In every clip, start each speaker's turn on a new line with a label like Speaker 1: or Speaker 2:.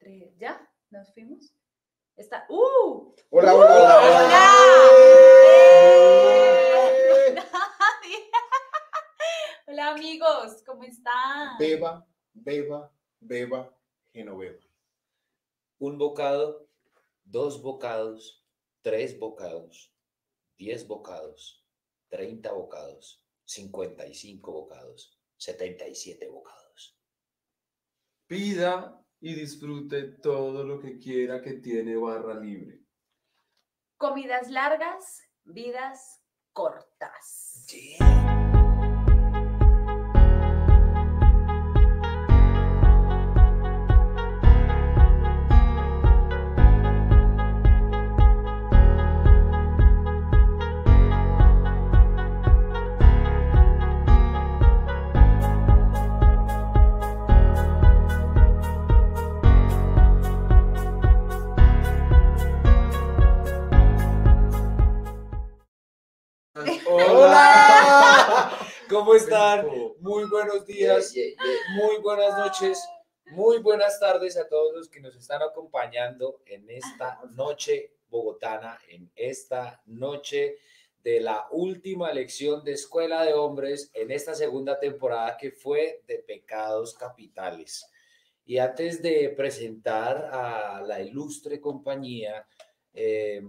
Speaker 1: eh, ya, nos fuimos. Está. ¡Uh!
Speaker 2: Hola, hola, hola. hola.
Speaker 1: Hola amigos, ¿cómo están?
Speaker 2: Beba, beba, beba, Genoveva.
Speaker 3: Un bocado, dos bocados, tres bocados, diez bocados, treinta bocados, cincuenta y cinco bocados, setenta y siete bocados.
Speaker 4: Pida y disfrute todo lo que quiera que tiene barra libre.
Speaker 1: Comidas largas, vidas cortas.
Speaker 3: ¡Hola! ¿Cómo están? Muy buenos días, muy buenas noches, muy buenas tardes a todos los que nos están acompañando en esta noche bogotana, en esta noche de la última lección de Escuela de Hombres en esta segunda temporada que fue de Pecados Capitales. Y antes de presentar a la ilustre compañía, eh,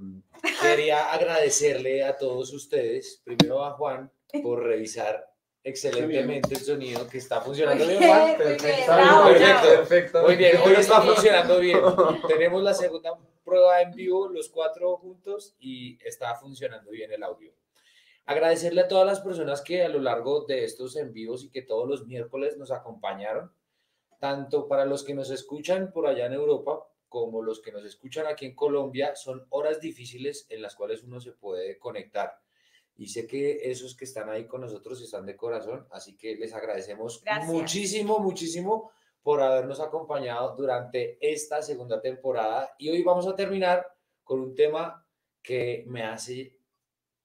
Speaker 3: quería agradecerle a todos ustedes, primero a Juan, por revisar excelentemente el sonido que está funcionando bien, Juan.
Speaker 1: Bravo,
Speaker 3: perfecto.
Speaker 1: bravo.
Speaker 4: perfecto.
Speaker 3: Muy bien, hoy está
Speaker 1: Muy bien.
Speaker 3: funcionando bien. Tenemos la segunda prueba en vivo, los cuatro juntos, y está funcionando bien el audio. Agradecerle a todas las personas que a lo largo de estos en vivos y que todos los miércoles nos acompañaron, tanto para los que nos escuchan por allá en Europa como los que nos escuchan aquí en Colombia, son horas difíciles en las cuales uno se puede conectar. Y sé que esos que están ahí con nosotros están de corazón, así que les agradecemos
Speaker 1: Gracias.
Speaker 3: muchísimo, muchísimo por habernos acompañado durante esta segunda temporada. Y hoy vamos a terminar con un tema que me hace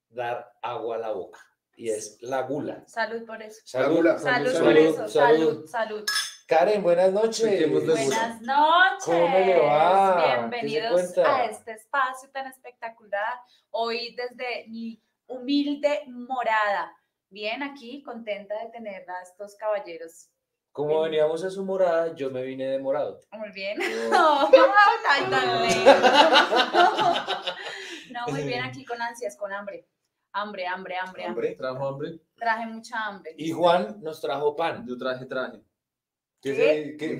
Speaker 3: dar agua a la boca y es la gula.
Speaker 1: Salud por eso.
Speaker 3: Salud.
Speaker 2: La gula.
Speaker 1: Salud,
Speaker 2: Salud,
Speaker 1: por
Speaker 3: salud,
Speaker 1: eso. Salud, salud.
Speaker 3: Karen, buenas noches.
Speaker 4: Saquemos la gula.
Speaker 1: Buenas noches.
Speaker 3: ¿Cómo le va? ¿Qué se
Speaker 1: Bienvenidos
Speaker 3: cuenta?
Speaker 1: a este espacio tan espectacular. Hoy desde mi humilde morada. Bien, aquí contenta de tener a estos caballeros.
Speaker 3: Como veníamos a su morada, yo me vine de morado.
Speaker 1: Muy bien.
Speaker 3: Yo-
Speaker 1: No, tan, tan lejos. No, muy bien aquí con ansias, con hambre. Hambre, hambre, hambre, hambre.
Speaker 2: Hombre,
Speaker 4: ¿Trajo hambre?
Speaker 1: Traje mucha hambre.
Speaker 3: Y Juan nos trajo pan.
Speaker 4: Yo traje traje.
Speaker 3: ¿Qué se-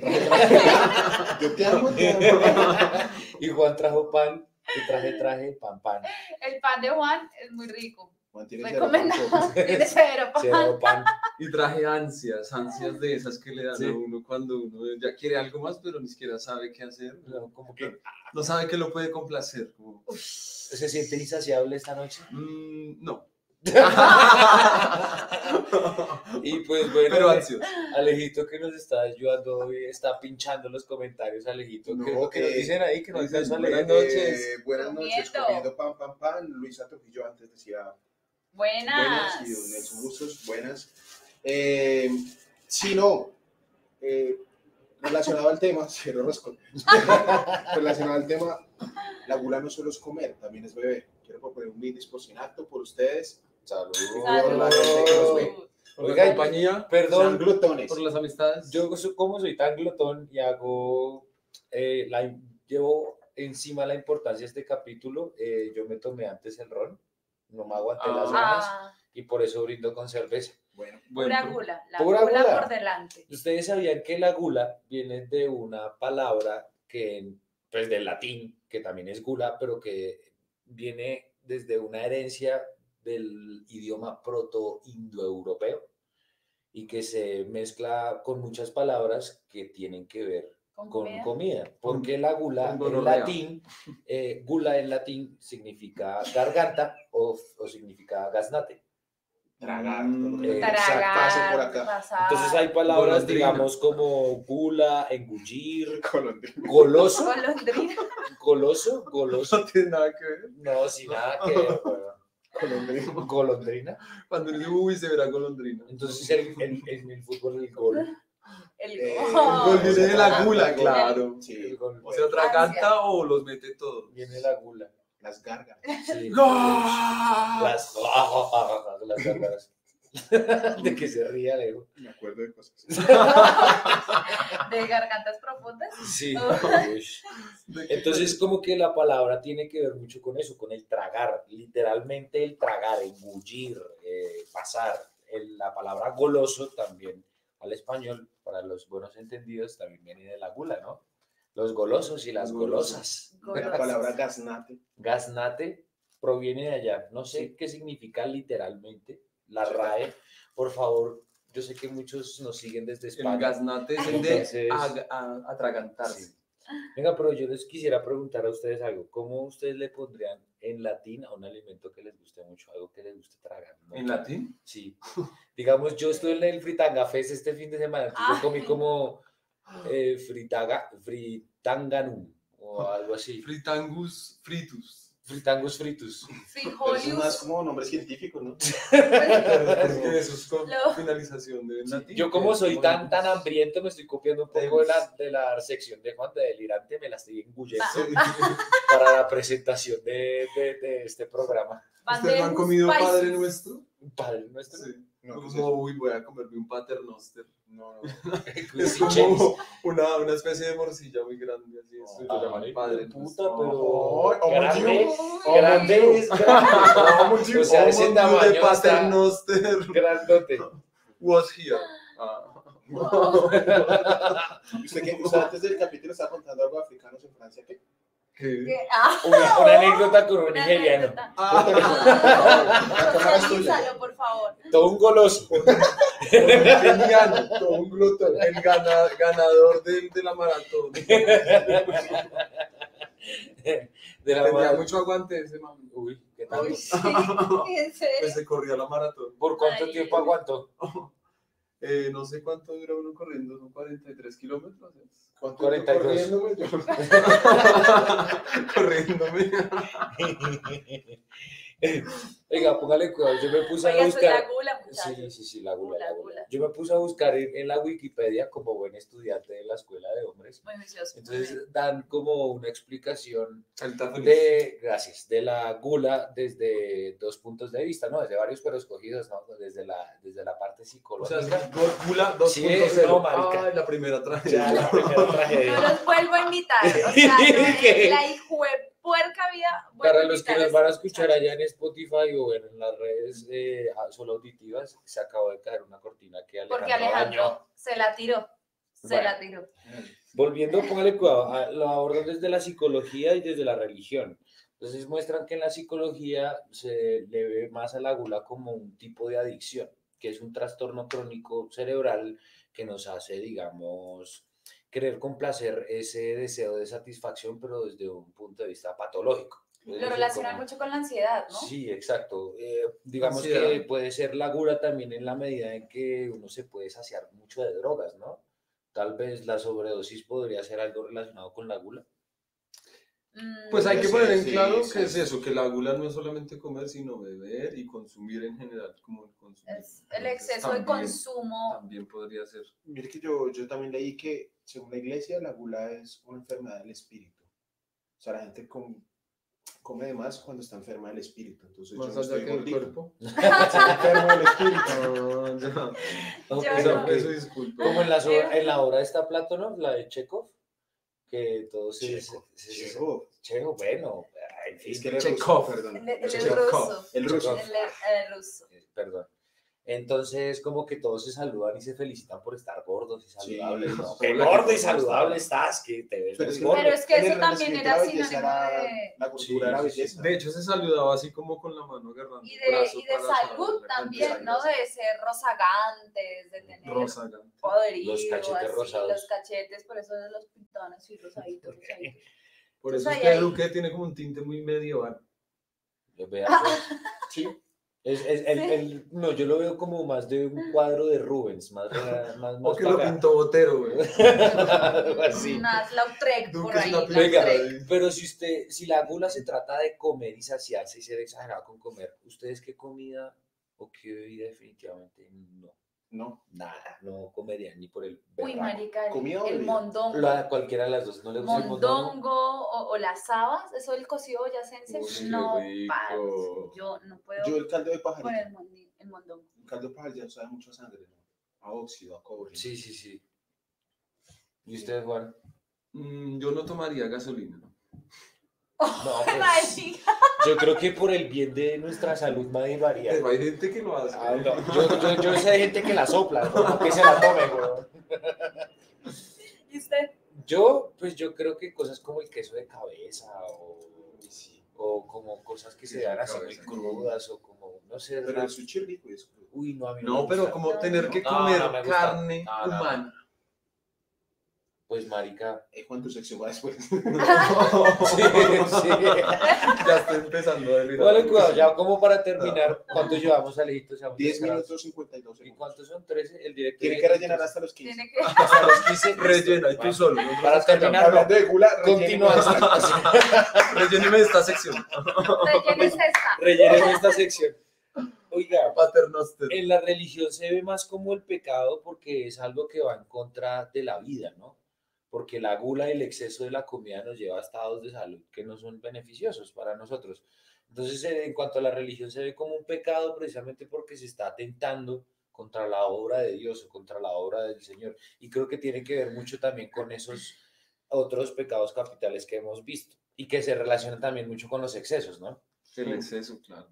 Speaker 2: yo te amo, te amo.
Speaker 3: qué- y Juan trajo pan. Y traje, traje, pan, pan.
Speaker 1: El pan de Juan es muy rico.
Speaker 2: Mantiene cero
Speaker 1: Recomendado.
Speaker 2: tampoco.
Speaker 1: Tiene cero
Speaker 3: Se
Speaker 1: pan.
Speaker 3: dio pan.
Speaker 4: Y traje ansias, ansias de esas que le dan
Speaker 3: Sí.
Speaker 4: a uno cuando uno ya quiere algo más, pero ni siquiera sabe qué hacer.
Speaker 3: No, Como que
Speaker 4: No sabe que lo puede complacer. como,
Speaker 3: se siente insaciable esta noche.
Speaker 4: mm, no,
Speaker 3: Y pues bueno,
Speaker 4: pero
Speaker 3: Ale-
Speaker 4: ansioso.
Speaker 3: Alejito que nos está ayudando hoy, está pinchando los comentarios, Alejito. ¿Qué es lo que nos
Speaker 2: eh,
Speaker 3: dicen ahí? Que no
Speaker 4: dicen,
Speaker 3: alcanzó a
Speaker 2: Buenas
Speaker 3: leer.
Speaker 4: Buenas noches.
Speaker 2: noches. Eh, Buenas noches,
Speaker 1: Comiendo.
Speaker 2: comiendo pan, pan, pan. Luisa Trujillo antes decía
Speaker 1: Buenas.
Speaker 2: buenas y don Nelson Bustos, buenas. Eh, sí, no, eh, relacionado al tema, cero rascón. relacionado al tema, la gula no solo es comer, también es beber. Quiero proponer un brindis por acto por ustedes.
Speaker 1: Salud.
Speaker 2: la gente que nos ve.
Speaker 4: Por
Speaker 3: Oiga,
Speaker 4: la compañía,
Speaker 2: Son
Speaker 3: Perdón,
Speaker 2: glutones.
Speaker 4: por las amistades.
Speaker 3: yo so- como soy tan glotón y hago, eh, la, llevo encima la importancia de este capítulo, eh, yo me tomé antes el ron, no me aguanté las
Speaker 4: Ah.
Speaker 3: ganas
Speaker 1: Ah,
Speaker 3: y por eso brindo con cerveza.
Speaker 2: Bueno,
Speaker 1: pura
Speaker 4: Bueno,
Speaker 1: gula. La
Speaker 3: Pura
Speaker 1: gula
Speaker 3: gula.
Speaker 1: por delante.
Speaker 3: Ustedes sabían que la gula viene de una palabra que, en- pues del latín, que también es gula, pero que viene desde una herencia del idioma proto-indoeuropeo y que se mezcla con muchas palabras que tienen que ver
Speaker 1: Con
Speaker 3: con
Speaker 1: comida.
Speaker 3: comida, porque la gula
Speaker 4: con
Speaker 3: en
Speaker 4: gonorrea.
Speaker 3: latín, eh, gula en latín significa garganta o, o significa gaznate.
Speaker 2: tragar.
Speaker 4: Mm,
Speaker 2: todo lo que
Speaker 3: eh,
Speaker 2: pasa-
Speaker 1: Tragar,
Speaker 2: pasa por acá.
Speaker 1: pasar.
Speaker 3: Entonces hay palabras,
Speaker 4: Ah. golondrina.
Speaker 3: digamos, como gula, engullir,
Speaker 2: Colondrina.
Speaker 3: goloso,
Speaker 1: golondrina.
Speaker 3: goloso, goloso.
Speaker 4: no tiene nada que ver.
Speaker 3: No, sin nada que ver, weón.
Speaker 2: Colondrina.
Speaker 3: golondrina.
Speaker 4: Cuando uno dice, uy, se verá golondrina.
Speaker 3: Entonces el- el- en el fútbol el gol
Speaker 1: El
Speaker 2: Eh,
Speaker 1: gol.
Speaker 4: Pues viene de la gula, claro.
Speaker 2: Sí,
Speaker 4: O se atraganta o los mete todos.
Speaker 3: Viene la gula.
Speaker 2: las gárgaras.
Speaker 3: Sí.
Speaker 4: ¡Gol!
Speaker 3: Las, las gárgaras. de que se ría, Leo.
Speaker 2: Me acuerdo de cosas.
Speaker 1: De gargantas profundas.
Speaker 3: Sí. Uy. Entonces, como que la palabra tiene que ver mucho con eso, con el tragar, literalmente el tragar, engullir, eh, pasar. El- la palabra goloso también al español, para los buenos entendidos, también viene de la gula, ¿no? Los golosos y las
Speaker 4: Los golosos.
Speaker 3: golosas.
Speaker 2: La
Speaker 1: Golosas.
Speaker 2: palabra gaznate.
Speaker 3: Gaznate proviene de allá. No sé qué significa literalmente. La
Speaker 2: Sí.
Speaker 3: RAE, por favor, yo sé que muchos nos siguen desde
Speaker 4: El
Speaker 3: España.
Speaker 4: gaznate es el
Speaker 3: Entonces-
Speaker 4: de ag- a- atragantarse.
Speaker 3: Sí. Venga, pero yo les quisiera preguntar a ustedes algo. ¿Cómo ustedes le pondrían en latín a un alimento que les guste mucho, algo que les guste tragar? ¿no?
Speaker 4: ¿En latín?
Speaker 3: Sí. Digamos, yo estoy en el fritangafés este fin de semana. entonces
Speaker 1: Ah.
Speaker 3: Yo comí como eh, fritaga, fritanganum o algo así.
Speaker 4: Fritangus fritus.
Speaker 3: Fritangus fritus.
Speaker 2: Pero eso es más
Speaker 1: Frijolius.
Speaker 2: como nombre científico, ¿no?
Speaker 4: Es que eso es con
Speaker 1: Lo-
Speaker 4: finalización de latín.
Speaker 3: Yo como
Speaker 4: que
Speaker 3: soy
Speaker 4: es
Speaker 3: tan, tan
Speaker 4: bonito.
Speaker 3: hambriento, me estoy copiando un poco de la, de la sección de Juan de Delirante, me la estoy engullendo
Speaker 4: Ah.
Speaker 3: para la presentación de, de- de este programa.
Speaker 4: ¿Ustedes no han comido
Speaker 1: Bandemus
Speaker 4: Padre
Speaker 1: Spices.
Speaker 4: Nuestro?
Speaker 3: Padre nuestro.
Speaker 4: Sí.
Speaker 2: No, pues
Speaker 4: Como, uy, voy a comerme un paternoster.
Speaker 2: no, no.
Speaker 4: Es
Speaker 3: Cuisine Chelis.
Speaker 4: como una, una especie de morcilla muy grande, así es. lo llaman
Speaker 3: Ay,
Speaker 4: padre.
Speaker 3: puta,
Speaker 4: nuestro.
Speaker 3: pero-
Speaker 2: Oh, oh,
Speaker 3: Grande,
Speaker 2: oh,
Speaker 3: grande es grande.
Speaker 2: mon Dieu.
Speaker 3: O sea,
Speaker 4: Oh,
Speaker 3: ese
Speaker 4: mon Dieu,
Speaker 3: tamaño
Speaker 4: de
Speaker 3: está-
Speaker 4: paternoster
Speaker 3: Grandote.
Speaker 4: was here. Ah.
Speaker 1: Wow.
Speaker 2: ¿Usted, qué? ¿Usted antes del capítulo estaba contando algo de africanos en Francia? ¿Qué?
Speaker 4: ¿Qué?
Speaker 1: Ah,
Speaker 3: Una, una anécdota con un
Speaker 1: una
Speaker 3: nigeriano.
Speaker 1: anécdota.
Speaker 4: Ah,
Speaker 2: La cámara es tuya.
Speaker 1: Socialízalo, por favor.
Speaker 3: Todo un goloso.
Speaker 4: genial, todo un glotón, el gana- ganador del- de la maratón.
Speaker 3: De la
Speaker 4: Tenía
Speaker 3: mano.
Speaker 4: mucho aguante ese man.
Speaker 3: Uy, ¿qué tal?
Speaker 1: Uy, sí, en serio.
Speaker 4: Pues se corría la maratón.
Speaker 3: ¿Por cuánto
Speaker 1: Ay.
Speaker 3: tiempo aguantó?
Speaker 4: Eh, no sé cuánto dura uno corriendo, son 43 kilómetros. ¿eh? ¿es?
Speaker 2: ¿Cuánto
Speaker 3: 42.
Speaker 2: corriendo, güey? Yo-
Speaker 4: Corriéndome.
Speaker 3: Oiga, póngale cuidado. Yo me puse a
Speaker 1: Oiga, soy la
Speaker 3: buscar.
Speaker 1: gula,
Speaker 3: Pues, Sí,
Speaker 1: muchachos.
Speaker 3: sí, sí, la gula,
Speaker 1: Gula,
Speaker 3: la gula.
Speaker 1: gula.
Speaker 3: Yo me puse a buscar en, en la Wikipedia como buen estudiante de la escuela de hombres.
Speaker 1: Muy juicioso.
Speaker 3: Entonces dan como una explicación
Speaker 4: Alta feliz.
Speaker 3: de, gracias, de la gula desde dos puntos de vista, ¿no? Desde varios, pero escogidos, ¿no? Desde la, desde la parte
Speaker 4: O
Speaker 3: psicológica.
Speaker 4: sea, gol Gula 2.0.
Speaker 3: Sí, no, marica.
Speaker 4: Ay, la primera
Speaker 3: Ya,
Speaker 4: tragedia.
Speaker 3: la primera
Speaker 1: No
Speaker 3: tragedia.
Speaker 1: los vuelvo a invitar. O sea,
Speaker 3: ¿Qué?
Speaker 1: no, la hijuepuerca vida. vuelvo
Speaker 3: Para
Speaker 1: a
Speaker 3: los que
Speaker 1: invitar a
Speaker 3: nos van a
Speaker 1: estos
Speaker 3: escuchar
Speaker 1: muchachos.
Speaker 3: allá en Spotify o en las redes eh, solo auditivas, se acabó de caer una cortina que Alejandro,
Speaker 1: Porque Alejandro
Speaker 3: dañó.
Speaker 1: se la tiró. Se
Speaker 3: Bueno.
Speaker 1: la tiró.
Speaker 3: Volviendo, póngale cuidado, a- lo abordan desde la psicología y desde la religión. Entonces muestran que en la psicología se le ve más a la gula como un tipo de adicción, que es un trastorno crónico cerebral que nos hace, digamos, querer complacer ese deseo de satisfacción, pero desde un punto de vista patológico. Es
Speaker 1: Lo
Speaker 3: decir,
Speaker 1: relacionan
Speaker 3: como-
Speaker 1: mucho con la ansiedad, ¿no?
Speaker 3: Sí, exacto. Eh, digamos que
Speaker 4: Ansiedad.
Speaker 3: puede ser la gula también en la medida en que uno se puede saciar mucho de drogas, ¿no? Tal vez la sobredosis podría ser algo relacionado con la gula.
Speaker 1: Mm,
Speaker 4: Pues hay que
Speaker 2: Sí,
Speaker 4: poner en
Speaker 2: sí,
Speaker 4: claro
Speaker 2: sí,
Speaker 4: que es
Speaker 2: sí.
Speaker 4: eso, que la gula no es solamente comer, sino beber y consumir en general, como el consumir.
Speaker 1: es el exceso
Speaker 4: Entonces,
Speaker 1: de
Speaker 4: también-
Speaker 1: consumo.
Speaker 4: También podría ser.
Speaker 2: Mire que yo, yo también leí que, según la iglesia, la gula es una enfermedad del espíritu. O sea, la gente com- come de más cuando está enferma del espíritu. Entonces, yo
Speaker 4: Más
Speaker 2: no
Speaker 4: allá
Speaker 2: estoy
Speaker 4: que el
Speaker 2: gordito.
Speaker 4: cuerpo.
Speaker 2: Estoy enfermo del espíritu.
Speaker 4: Ah, ya.
Speaker 1: Ok, Ya,
Speaker 4: Esa
Speaker 1: no.
Speaker 4: fue su disculpa.
Speaker 3: Como en la, so-
Speaker 1: Pero-
Speaker 3: en la obra está Platonov, la de Chekhov, que todos se-
Speaker 2: Checo,
Speaker 3: se- se-
Speaker 2: checo.
Speaker 3: Chekhov, bueno, en fin,
Speaker 2: Es que él es
Speaker 4: Chekhov.
Speaker 2: ruso, perdón.
Speaker 1: El, el- el
Speaker 4: Chekhov.
Speaker 1: ruso.
Speaker 2: El ruso.
Speaker 1: El, el ruso.
Speaker 3: eh, perdón. Entonces, como que todos se saludan y se felicitan por estar gordos y
Speaker 2: Sí,
Speaker 3: saludables. ¿no?
Speaker 2: sí,
Speaker 3: ¡Qué
Speaker 4: hola,
Speaker 3: gordo
Speaker 4: qué
Speaker 3: y saludable estás! Que te ves muy
Speaker 2: es que-
Speaker 3: gordo.
Speaker 1: Pero es que
Speaker 2: en el
Speaker 1: eso también
Speaker 2: Renacimiento
Speaker 1: era
Speaker 2: la belleza
Speaker 1: sinónimo
Speaker 2: era-
Speaker 1: de-
Speaker 2: La
Speaker 3: Sí,
Speaker 2: cultura era
Speaker 3: sí, sí.
Speaker 2: belleza.
Speaker 4: De hecho, se saludaba así como con la mano agarrando.
Speaker 1: Y
Speaker 4: el
Speaker 1: de,
Speaker 4: brazo
Speaker 1: y de
Speaker 4: para saber
Speaker 1: salud
Speaker 4: la
Speaker 1: también,
Speaker 4: cantidad
Speaker 1: ¿no? De ser rozagantes, de tener
Speaker 4: de Rosa, ya.
Speaker 1: poderío,
Speaker 3: Los cachetes
Speaker 1: así,
Speaker 3: rosados.
Speaker 1: los cachetes, por eso de los pintones y rosaditos, rosaditos.
Speaker 4: Por
Speaker 1: Entonces,
Speaker 4: eso
Speaker 1: ahí
Speaker 4: usted,
Speaker 1: hay-
Speaker 4: Duque, tiene como un tinte muy medieval.
Speaker 3: Yo vea, pues, sí. Es, es- el-
Speaker 1: Sí.
Speaker 3: el- no, yo lo veo como más de un cuadro de Rubens, más, ra- más,
Speaker 4: O
Speaker 3: más
Speaker 4: que lo
Speaker 3: para-
Speaker 4: pintó Botero, güey.
Speaker 3: algo así.
Speaker 1: Unas Lautrec por
Speaker 4: Duque es
Speaker 1: ahí.
Speaker 4: la
Speaker 3: Venga,
Speaker 1: Lautrec.
Speaker 3: pero si usted, si la gula se trata de comer y saciarse y ser exagerado con comer, ¿ustedes qué comida o qué bebida definitivamente no?
Speaker 2: No.
Speaker 3: Nada, no comería ni por el
Speaker 1: Uy,
Speaker 3: berraco.
Speaker 1: marica, el,
Speaker 2: ¿Comida o
Speaker 1: el
Speaker 2: bebida?
Speaker 1: mondongo.
Speaker 3: La- cualquiera de las dos, no le gusta el mondongo.
Speaker 1: mondongo o, o las habas, eso del cocido boyacense,
Speaker 4: Uy,
Speaker 1: no,
Speaker 4: rico.
Speaker 1: parce, yo no puedo
Speaker 2: Yo el caldo de
Speaker 1: con
Speaker 2: pajarito.
Speaker 1: el, mondi- el mondongo.
Speaker 2: El caldo de pajarito sabe mucho a sangre, ¿no? A óxido, a cobre.
Speaker 3: Sí, sí, sí. ¿Y usted, Juan?
Speaker 4: Mm, yo no tomaría gasolina.
Speaker 3: No, pues,
Speaker 1: Marica,
Speaker 3: yo creo que por el bien de nuestra salud nadie lo haría.
Speaker 4: Pero hay gente que lo hace.
Speaker 3: Ah, no, Yo, yo, yo sé de gente que la sopla, ¿no? que se la tome, weón.
Speaker 1: ¿Y usted?
Speaker 3: Yo, pues yo creo que cosas como el queso de cabeza o, o como cosas que se
Speaker 4: Queso de
Speaker 3: dan así muy
Speaker 4: cabeza.
Speaker 3: crudas o como, no sé,
Speaker 2: Pero
Speaker 3: ra-
Speaker 2: el sushi rico es crudo.
Speaker 3: uy, no, a mí no
Speaker 4: No,
Speaker 3: me
Speaker 4: pero
Speaker 3: gusta.
Speaker 4: como
Speaker 1: No,
Speaker 4: tener que
Speaker 3: no,
Speaker 4: comer
Speaker 3: no me gusta.
Speaker 4: carne
Speaker 3: No, no, no.
Speaker 4: humana.
Speaker 3: Pues marica.
Speaker 2: Es cuando Eh, tu sección va después.
Speaker 3: Sí, sí.
Speaker 4: Ya estoy empezando a delirar.
Speaker 3: Vale, cuidado, ya como para terminar, ¿cuánto llevamos, Alejito? Seamos
Speaker 2: 10
Speaker 3: sinceros.
Speaker 2: minutos 52
Speaker 3: ¿Y
Speaker 2: segundos.
Speaker 3: cuántos son? 13, el director.
Speaker 2: Tiene que rellenar hasta los 15.
Speaker 1: Tiene que...
Speaker 3: hasta los 15.
Speaker 4: Rellena, y tú
Speaker 3: Bueno,
Speaker 4: solo.
Speaker 3: Para terminar, no,
Speaker 2: Hablando de gula,
Speaker 3: continúa
Speaker 2: rellena.
Speaker 3: esta,
Speaker 4: Relléneme esta sección.
Speaker 1: ¿Quién es esta?
Speaker 3: rellenemos esta sección. Oiga,
Speaker 4: Paternoster.
Speaker 3: en la religión se ve más como el pecado porque es algo que va en contra de la vida, ¿no? Porque la gula y el exceso de la comida nos lleva a estados de salud que no son beneficiosos para nosotros. Entonces, eh, en cuanto a la religión, se ve como un pecado precisamente porque se está atentando contra la obra de Dios o contra la obra del Señor. Y creo que tiene que ver mucho también con esos otros pecados capitales que hemos visto y que se relacionan también mucho con los excesos, ¿no?
Speaker 4: El exceso, claro.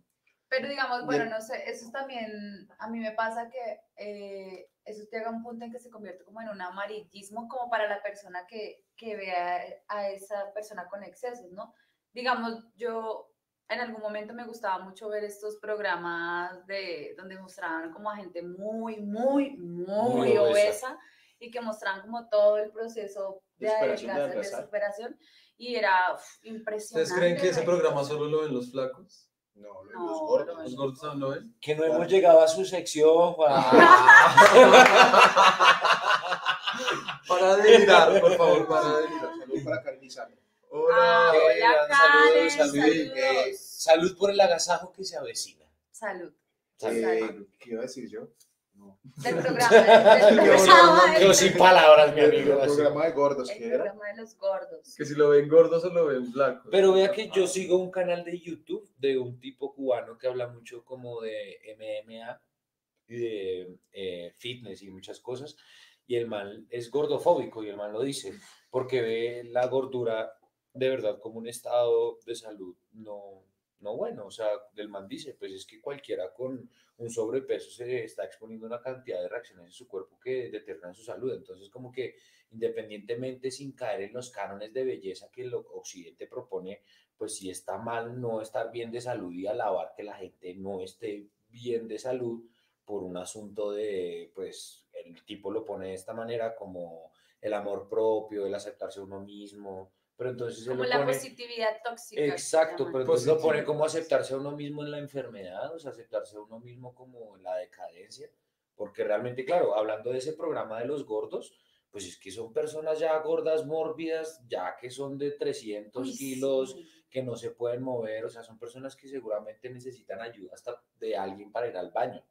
Speaker 1: Pero digamos,
Speaker 2: Bien.
Speaker 1: bueno, no sé, eso también a mí me pasa que eh, eso llega a un punto en que se convierte como en un amarillismo como para la persona que, que vea a esa persona con excesos, ¿no? Digamos, yo en algún momento me gustaba mucho ver estos programas de donde mostraban como a gente muy, muy, muy,
Speaker 3: Muy obesa.
Speaker 1: obesa. y que mostraban como todo el proceso de,
Speaker 2: De superación, de
Speaker 1: adelgaza- de
Speaker 2: adelgazar.
Speaker 1: superación y era uf, impresionante.
Speaker 4: ¿Ustedes creen que ese
Speaker 1: marica.
Speaker 4: programa solo lo ven los flacos?
Speaker 2: No, los
Speaker 1: No,
Speaker 2: gordos.
Speaker 1: no,
Speaker 4: ¿Los gordos no lo ven?
Speaker 3: Que Pues no
Speaker 2: Claro.
Speaker 3: hemos llegado a su sección, Juan.
Speaker 4: Para delirar, por favor,
Speaker 3: Ah.
Speaker 4: para delirar.
Speaker 2: Salud para Carmen
Speaker 1: Ah,
Speaker 3: Hola,
Speaker 1: hola,
Speaker 3: Karen,
Speaker 1: Karen,
Speaker 3: salud,
Speaker 1: saludos.
Speaker 3: Eh, Salud por el agasajo que se avecina.
Speaker 1: Salud.
Speaker 2: Eh, ¿Qué iba a decir yo? No.
Speaker 1: Del programa, del
Speaker 4: Yo
Speaker 1: programa de-
Speaker 3: Yo sin palabras, mi
Speaker 2: El
Speaker 3: amigo. así.
Speaker 2: programa de gordos,
Speaker 1: el
Speaker 2: ¿qué era?
Speaker 1: programa de los gordos.
Speaker 4: Que si lo ven gordos o lo ven flacos.
Speaker 3: Pero vea que yo sigo un canal de YouTube de un tipo cubano que habla mucho como de MMA y de eh, fitness y muchas cosas. Y el man es gordofóbico y el man lo dice porque ve la gordura de verdad como un estado de salud no, no bueno. O sea, el man dice, pues es que cualquiera con un sobrepeso se está exponiendo a una cantidad de reacciones en su cuerpo que deterioran su salud. Entonces como que independientemente sin caer en los cánones de belleza que el occidente propone, pues sí está mal no estar bien de salud y alabar que la gente no esté bien de salud por un asunto de, pues el tipo lo pone de esta manera como el amor propio, el aceptarse uno mismo, pero entonces se
Speaker 1: Como
Speaker 3: lo
Speaker 1: la
Speaker 3: pone...
Speaker 1: positividad tóxica. que
Speaker 3: Exacto,
Speaker 1: llaman.
Speaker 3: pero entonces lo pone
Speaker 4: Positivo.
Speaker 3: como aceptarse a uno mismo en la enfermedad, o sea, aceptarse a uno mismo como en la decadencia, porque realmente, claro, hablando de ese programa de los gordos, pues es que son personas ya gordas, mórbidas, ya que son de 300
Speaker 1: Uy, sí.
Speaker 3: kilos, que no se pueden mover, o sea, son personas que seguramente necesitan ayuda hasta de alguien para ir al baño.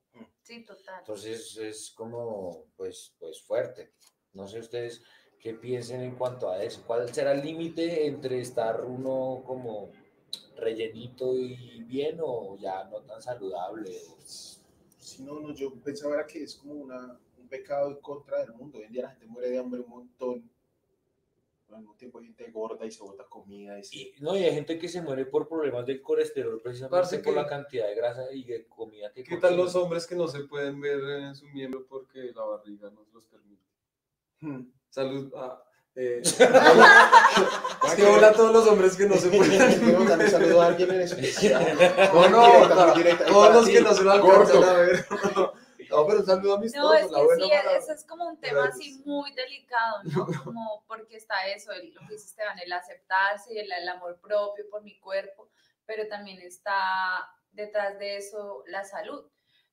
Speaker 1: Sí, total.
Speaker 3: Entonces es como, pues, pues fuerte. No sé ustedes qué piensen en cuanto a eso. ¿Cuál será el límite entre estar uno como rellenito y bien o ya no tan saludable?
Speaker 2: Pues, Si no, no, yo pensaba era que es como una, un pecado en contra del mundo. Hoy en día la gente muere de hambre un montón. Al mismo tiempo hay gente gorda y se bota comida. Y se-
Speaker 3: Y, no, y hay gente que se muere por problemas del colesterol precisamente
Speaker 4: Parce,
Speaker 3: por la
Speaker 4: que-
Speaker 3: cantidad de grasa y de comida que
Speaker 4: ¿Qué tal
Speaker 3: consumen.
Speaker 4: los hombres que no se pueden ver en su miembro porque la barriga no los permite?
Speaker 2: Hmm.
Speaker 4: Salud. ah, eh,
Speaker 2: Ya
Speaker 4: es
Speaker 2: que-
Speaker 4: que hola a todos los hombres que no se
Speaker 2: Le
Speaker 4: pueden
Speaker 2: tengo que mandar un saludo a alguien en especial.
Speaker 4: No, no,
Speaker 2: Muy directa,
Speaker 4: para-
Speaker 2: muy directa. Y
Speaker 4: todos
Speaker 2: para
Speaker 4: los
Speaker 2: ti,
Speaker 4: que no se lo alcanzan
Speaker 2: gordo.
Speaker 4: a ver. No, pero un saludo amistoso,
Speaker 1: No, es que
Speaker 4: la buena
Speaker 1: sí,
Speaker 4: para-
Speaker 1: eso es como un tema así
Speaker 4: gracias.
Speaker 1: muy delicado, ¿no? Como porque está eso, el- lo que dice Esteban, el aceptarse y el, el amor propio por mi cuerpo, pero también está detrás de eso la salud.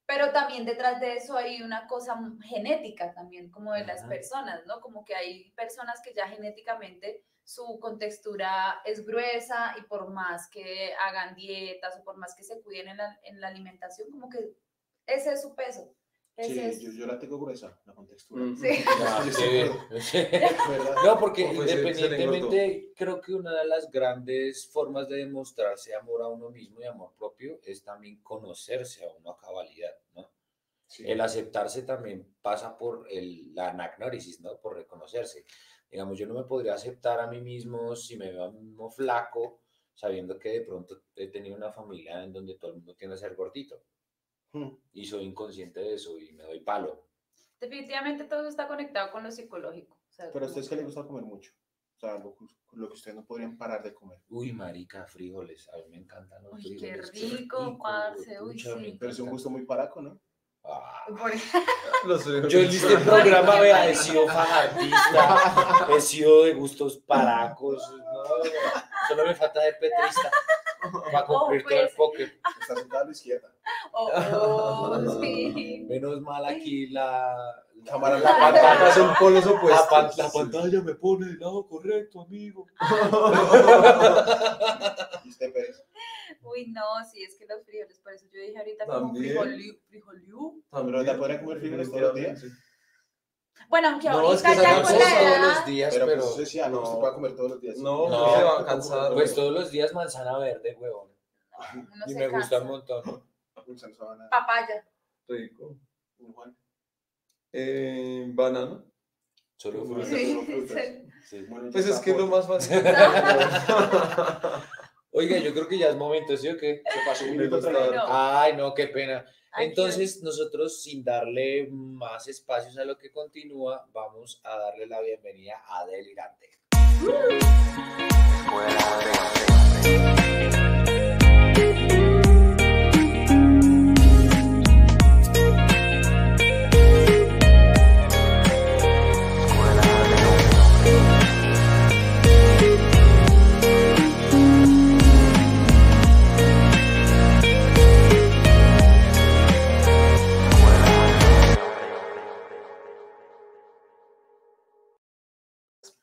Speaker 1: Pero también detrás de eso hay una cosa genética también, como de las
Speaker 3: Ajá.
Speaker 1: personas, ¿no? Como que hay personas que ya genéticamente su contextura es gruesa y por más que hagan dietas o por más que se cuiden en la, en la alimentación, como que ese es su peso. Entonces,
Speaker 2: Sí, yo, yo la tengo gruesa, la contextura.
Speaker 4: Mm.
Speaker 1: sí.
Speaker 3: Ah,
Speaker 2: Yo
Speaker 3: sí, bien.
Speaker 2: ¿verdad?
Speaker 3: No, porque
Speaker 4: Como se- se le
Speaker 3: independientemente, creo que una de las grandes formas de demostrarse amor a uno mismo y amor propio es también conocerse a uno a cabalidad, ¿no?
Speaker 2: Sí.
Speaker 3: El aceptarse también pasa por el, la anagnórisis, ¿no? Por reconocerse. Digamos, yo no me podría aceptar a mí mismo si me veo a mí mismo flaco, sabiendo que de pronto he tenido una familia en donde todo el mundo tiende a ser gordito.
Speaker 2: Hmm.
Speaker 3: Y soy inconsciente de eso y me doy palo.
Speaker 1: Definitivamente todo eso está conectado con lo psicológico. o sea,
Speaker 2: Pero a
Speaker 1: como
Speaker 2: ustedes que les
Speaker 1: que-
Speaker 2: gusta comer mucho. O sea, lo, que- lo que ustedes no podrían parar de comer.
Speaker 3: Uy, marica, frijoles. A mí me encantan los
Speaker 1: Uy, qué
Speaker 3: frijoles.
Speaker 1: rico, parce, uy,
Speaker 3: huepucha, me
Speaker 1: sí.
Speaker 2: Pero es un
Speaker 3: encantan.
Speaker 2: gusto muy paraco, ¿no?
Speaker 3: Ah.
Speaker 1: Por-
Speaker 4: Los
Speaker 3: Yo en este programa vea, he sido fajardista, he sido de gustos paracos, no, solo me falta de petrista para cumplir
Speaker 1: Oh,
Speaker 3: todo el
Speaker 1: pues.
Speaker 3: póker.
Speaker 2: Está sentado a la izquierda.
Speaker 1: Oh, oh, sí.
Speaker 3: Menos mal aquí la la-
Speaker 2: Cámara
Speaker 3: la,
Speaker 2: lenta.
Speaker 3: pantalla- pues,
Speaker 4: son polos
Speaker 1: pues.
Speaker 4: opuestos.
Speaker 3: la pan- la pantalla me pone del lado correcto, amigo.
Speaker 2: Y usted, Pérez.
Speaker 1: Uy, no, sí, es que los frijoles, por eso yo dije ahorita como
Speaker 4: También.
Speaker 1: frijoliu, frijoliu.
Speaker 2: Pero ¿te podrías comer frijoles todos los días?
Speaker 1: Bueno, aunque
Speaker 4: No, es
Speaker 1: ahorita
Speaker 4: que
Speaker 1: ya
Speaker 4: sacamos
Speaker 1: con la
Speaker 4: todos
Speaker 1: edad-
Speaker 4: los días,
Speaker 2: Pero,
Speaker 4: pero.
Speaker 2: pues, eso sí, algo que
Speaker 4: no.
Speaker 2: usted pueda comer todos los días.
Speaker 4: No,
Speaker 3: No,
Speaker 4: se va
Speaker 2: tampoco
Speaker 4: cansado.
Speaker 2: comer
Speaker 3: Pues todos los días manzana verde, huevón.
Speaker 1: uno
Speaker 3: Y
Speaker 1: se
Speaker 3: me gusta
Speaker 1: cansa.
Speaker 3: un montón.
Speaker 2: un salsabana,
Speaker 1: Papaya.
Speaker 4: Rico.
Speaker 2: un Juan.
Speaker 4: Eh, banano.
Speaker 3: Solo
Speaker 2: Bueno,
Speaker 3: fruta.
Speaker 1: Sí,
Speaker 2: son frutas.
Speaker 1: sí.
Speaker 3: sí.
Speaker 2: Bueno,
Speaker 4: Pues es que es lo
Speaker 2: tampoco.
Speaker 4: más fácil.
Speaker 3: Oiga, yo creo que ya es momento, ¿sí o qué?
Speaker 2: Se pasó un
Speaker 4: Me
Speaker 2: minuto
Speaker 4: gusta.
Speaker 2: tragando.
Speaker 1: No.
Speaker 3: Ay, no, qué pena.
Speaker 1: Ay,
Speaker 3: Entonces, nosotros, sin darle más espacios a lo que continúa, vamos a darle la bienvenida a Delirante.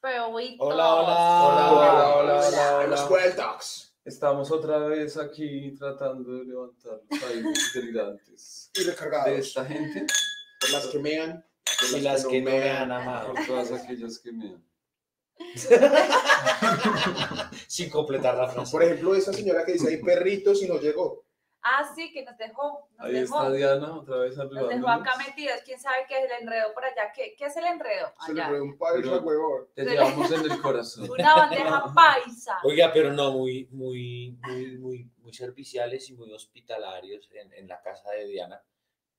Speaker 1: Pero hoy
Speaker 3: Hola,
Speaker 1: todos.
Speaker 3: hola.
Speaker 4: Hola, hola, hola, hola,
Speaker 2: Hola, Los
Speaker 4: hola.
Speaker 2: Wild Dogs.
Speaker 4: Estamos otra vez aquí tratando de levantar los aires delirantes
Speaker 2: Y
Speaker 4: de
Speaker 2: recargados.
Speaker 4: esta gente
Speaker 2: Por las que mean. por
Speaker 3: Y las que no me han
Speaker 1: Ah.
Speaker 3: amado,
Speaker 4: por todas aquellas que me han.
Speaker 3: sin completar la frase.
Speaker 2: Por ejemplo, esa señora que dice hay perritos y no llegó.
Speaker 1: Ah, sí, que nos dejó. Nos
Speaker 4: Ahí
Speaker 1: dejó.
Speaker 4: está Diana otra vez
Speaker 1: Nos dejó acá
Speaker 4: arriba.
Speaker 1: metidos. ¿Quién sabe qué es el enredo por allá? ¿Qué, qué es el enredo?
Speaker 2: Se le
Speaker 1: Allá.
Speaker 2: fue un padre
Speaker 4: Pero-
Speaker 2: a huevón.
Speaker 4: Te llevamos en el corazón.
Speaker 1: Una bandeja paisa.
Speaker 3: Oiga, pero no, muy, muy, muy, muy, muy serviciales y muy hospitalarios en, en la casa de Diana.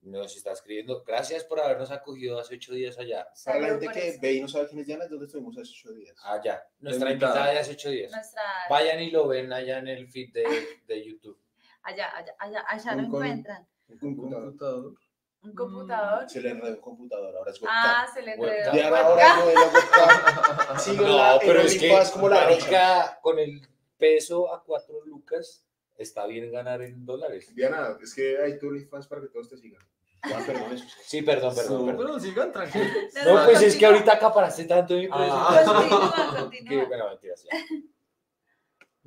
Speaker 3: Nos está escribiendo, gracias por habernos acogido hace ocho días allá.
Speaker 2: Para la
Speaker 1: Salud
Speaker 2: gente
Speaker 1: por
Speaker 2: que
Speaker 1: eso.
Speaker 2: ve y no sabe quién es Diana, es donde estuvimos hace ocho días.
Speaker 3: Allá, nuestra
Speaker 4: Invitada.
Speaker 3: invitada de hace ocho días.
Speaker 1: Nuestra.
Speaker 3: Vayan y lo ven allá en el feed de, de YouTube.
Speaker 1: Allá, allá, allá, allá lo
Speaker 2: Un con-
Speaker 1: encuentran.
Speaker 2: Un
Speaker 4: Un
Speaker 2: computador.
Speaker 4: computador.
Speaker 1: Un computador.
Speaker 2: Se le enredó un computador, ahora es
Speaker 1: Ah,
Speaker 2: webcam.
Speaker 1: se le
Speaker 3: Webcam.
Speaker 1: enredó.
Speaker 2: Diana ahora no es la webcam. Síguela
Speaker 3: No,
Speaker 2: en
Speaker 3: pero es que
Speaker 2: OnlyFans como la rica.
Speaker 3: marica, con el peso a cuatro lucas está bien ganar en dólares.
Speaker 2: Diana, es que hay tu OnlyFans para que todos te sigan. Ya, perdón, eso.
Speaker 3: Sí, perdón, perdón,
Speaker 4: Su-
Speaker 3: perdón.
Speaker 4: Bueno, sigan tranquilos.
Speaker 1: No,
Speaker 3: No, pues es que
Speaker 1: continúa. Pues
Speaker 3: ahorita acaparaste tanto mi precio.
Speaker 4: Ah.
Speaker 1: Continúa,
Speaker 3: Que,
Speaker 1: continúa.
Speaker 3: bueno, mentira, sí.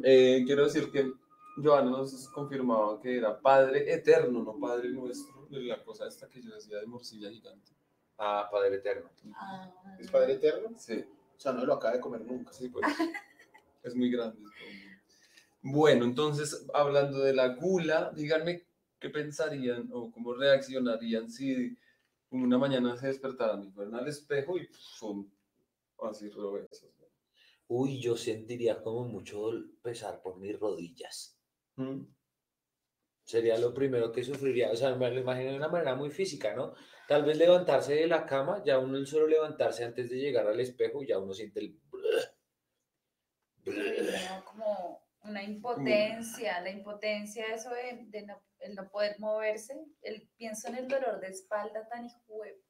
Speaker 4: Eh, quiero decir que Joana nos confirmaba que era Padre Eterno, no Padre Nuestro, de la cosa esta que yo decía de morcilla gigante.
Speaker 3: Ah, Padre Eterno.
Speaker 1: Ah.
Speaker 2: ¿Es padre eterno?
Speaker 4: Sí,
Speaker 2: O sea, no lo acaba de comer nunca.
Speaker 4: sí, pues. es muy grande. es como- Bueno, entonces, hablando de la gula, díganme qué pensarían o cómo reaccionarían si una mañana se despertaran y fueran al espejo y son así reobesos.
Speaker 3: Uy, yo sentiría como mucho dol- pesar por mis rodillas.
Speaker 4: ¿no? ¿Mm?
Speaker 3: Sería lo primero que sufriría. O sea, me lo imagino de una manera muy física, ¿no? Tal vez levantarse de la cama, ya uno el solo levantarse antes de llegar al espejo, ya uno siente el...
Speaker 1: tenía como una impotencia, la impotencia, eso de, de no, el no poder moverse. El, pienso en el dolor de espalda tan hijo de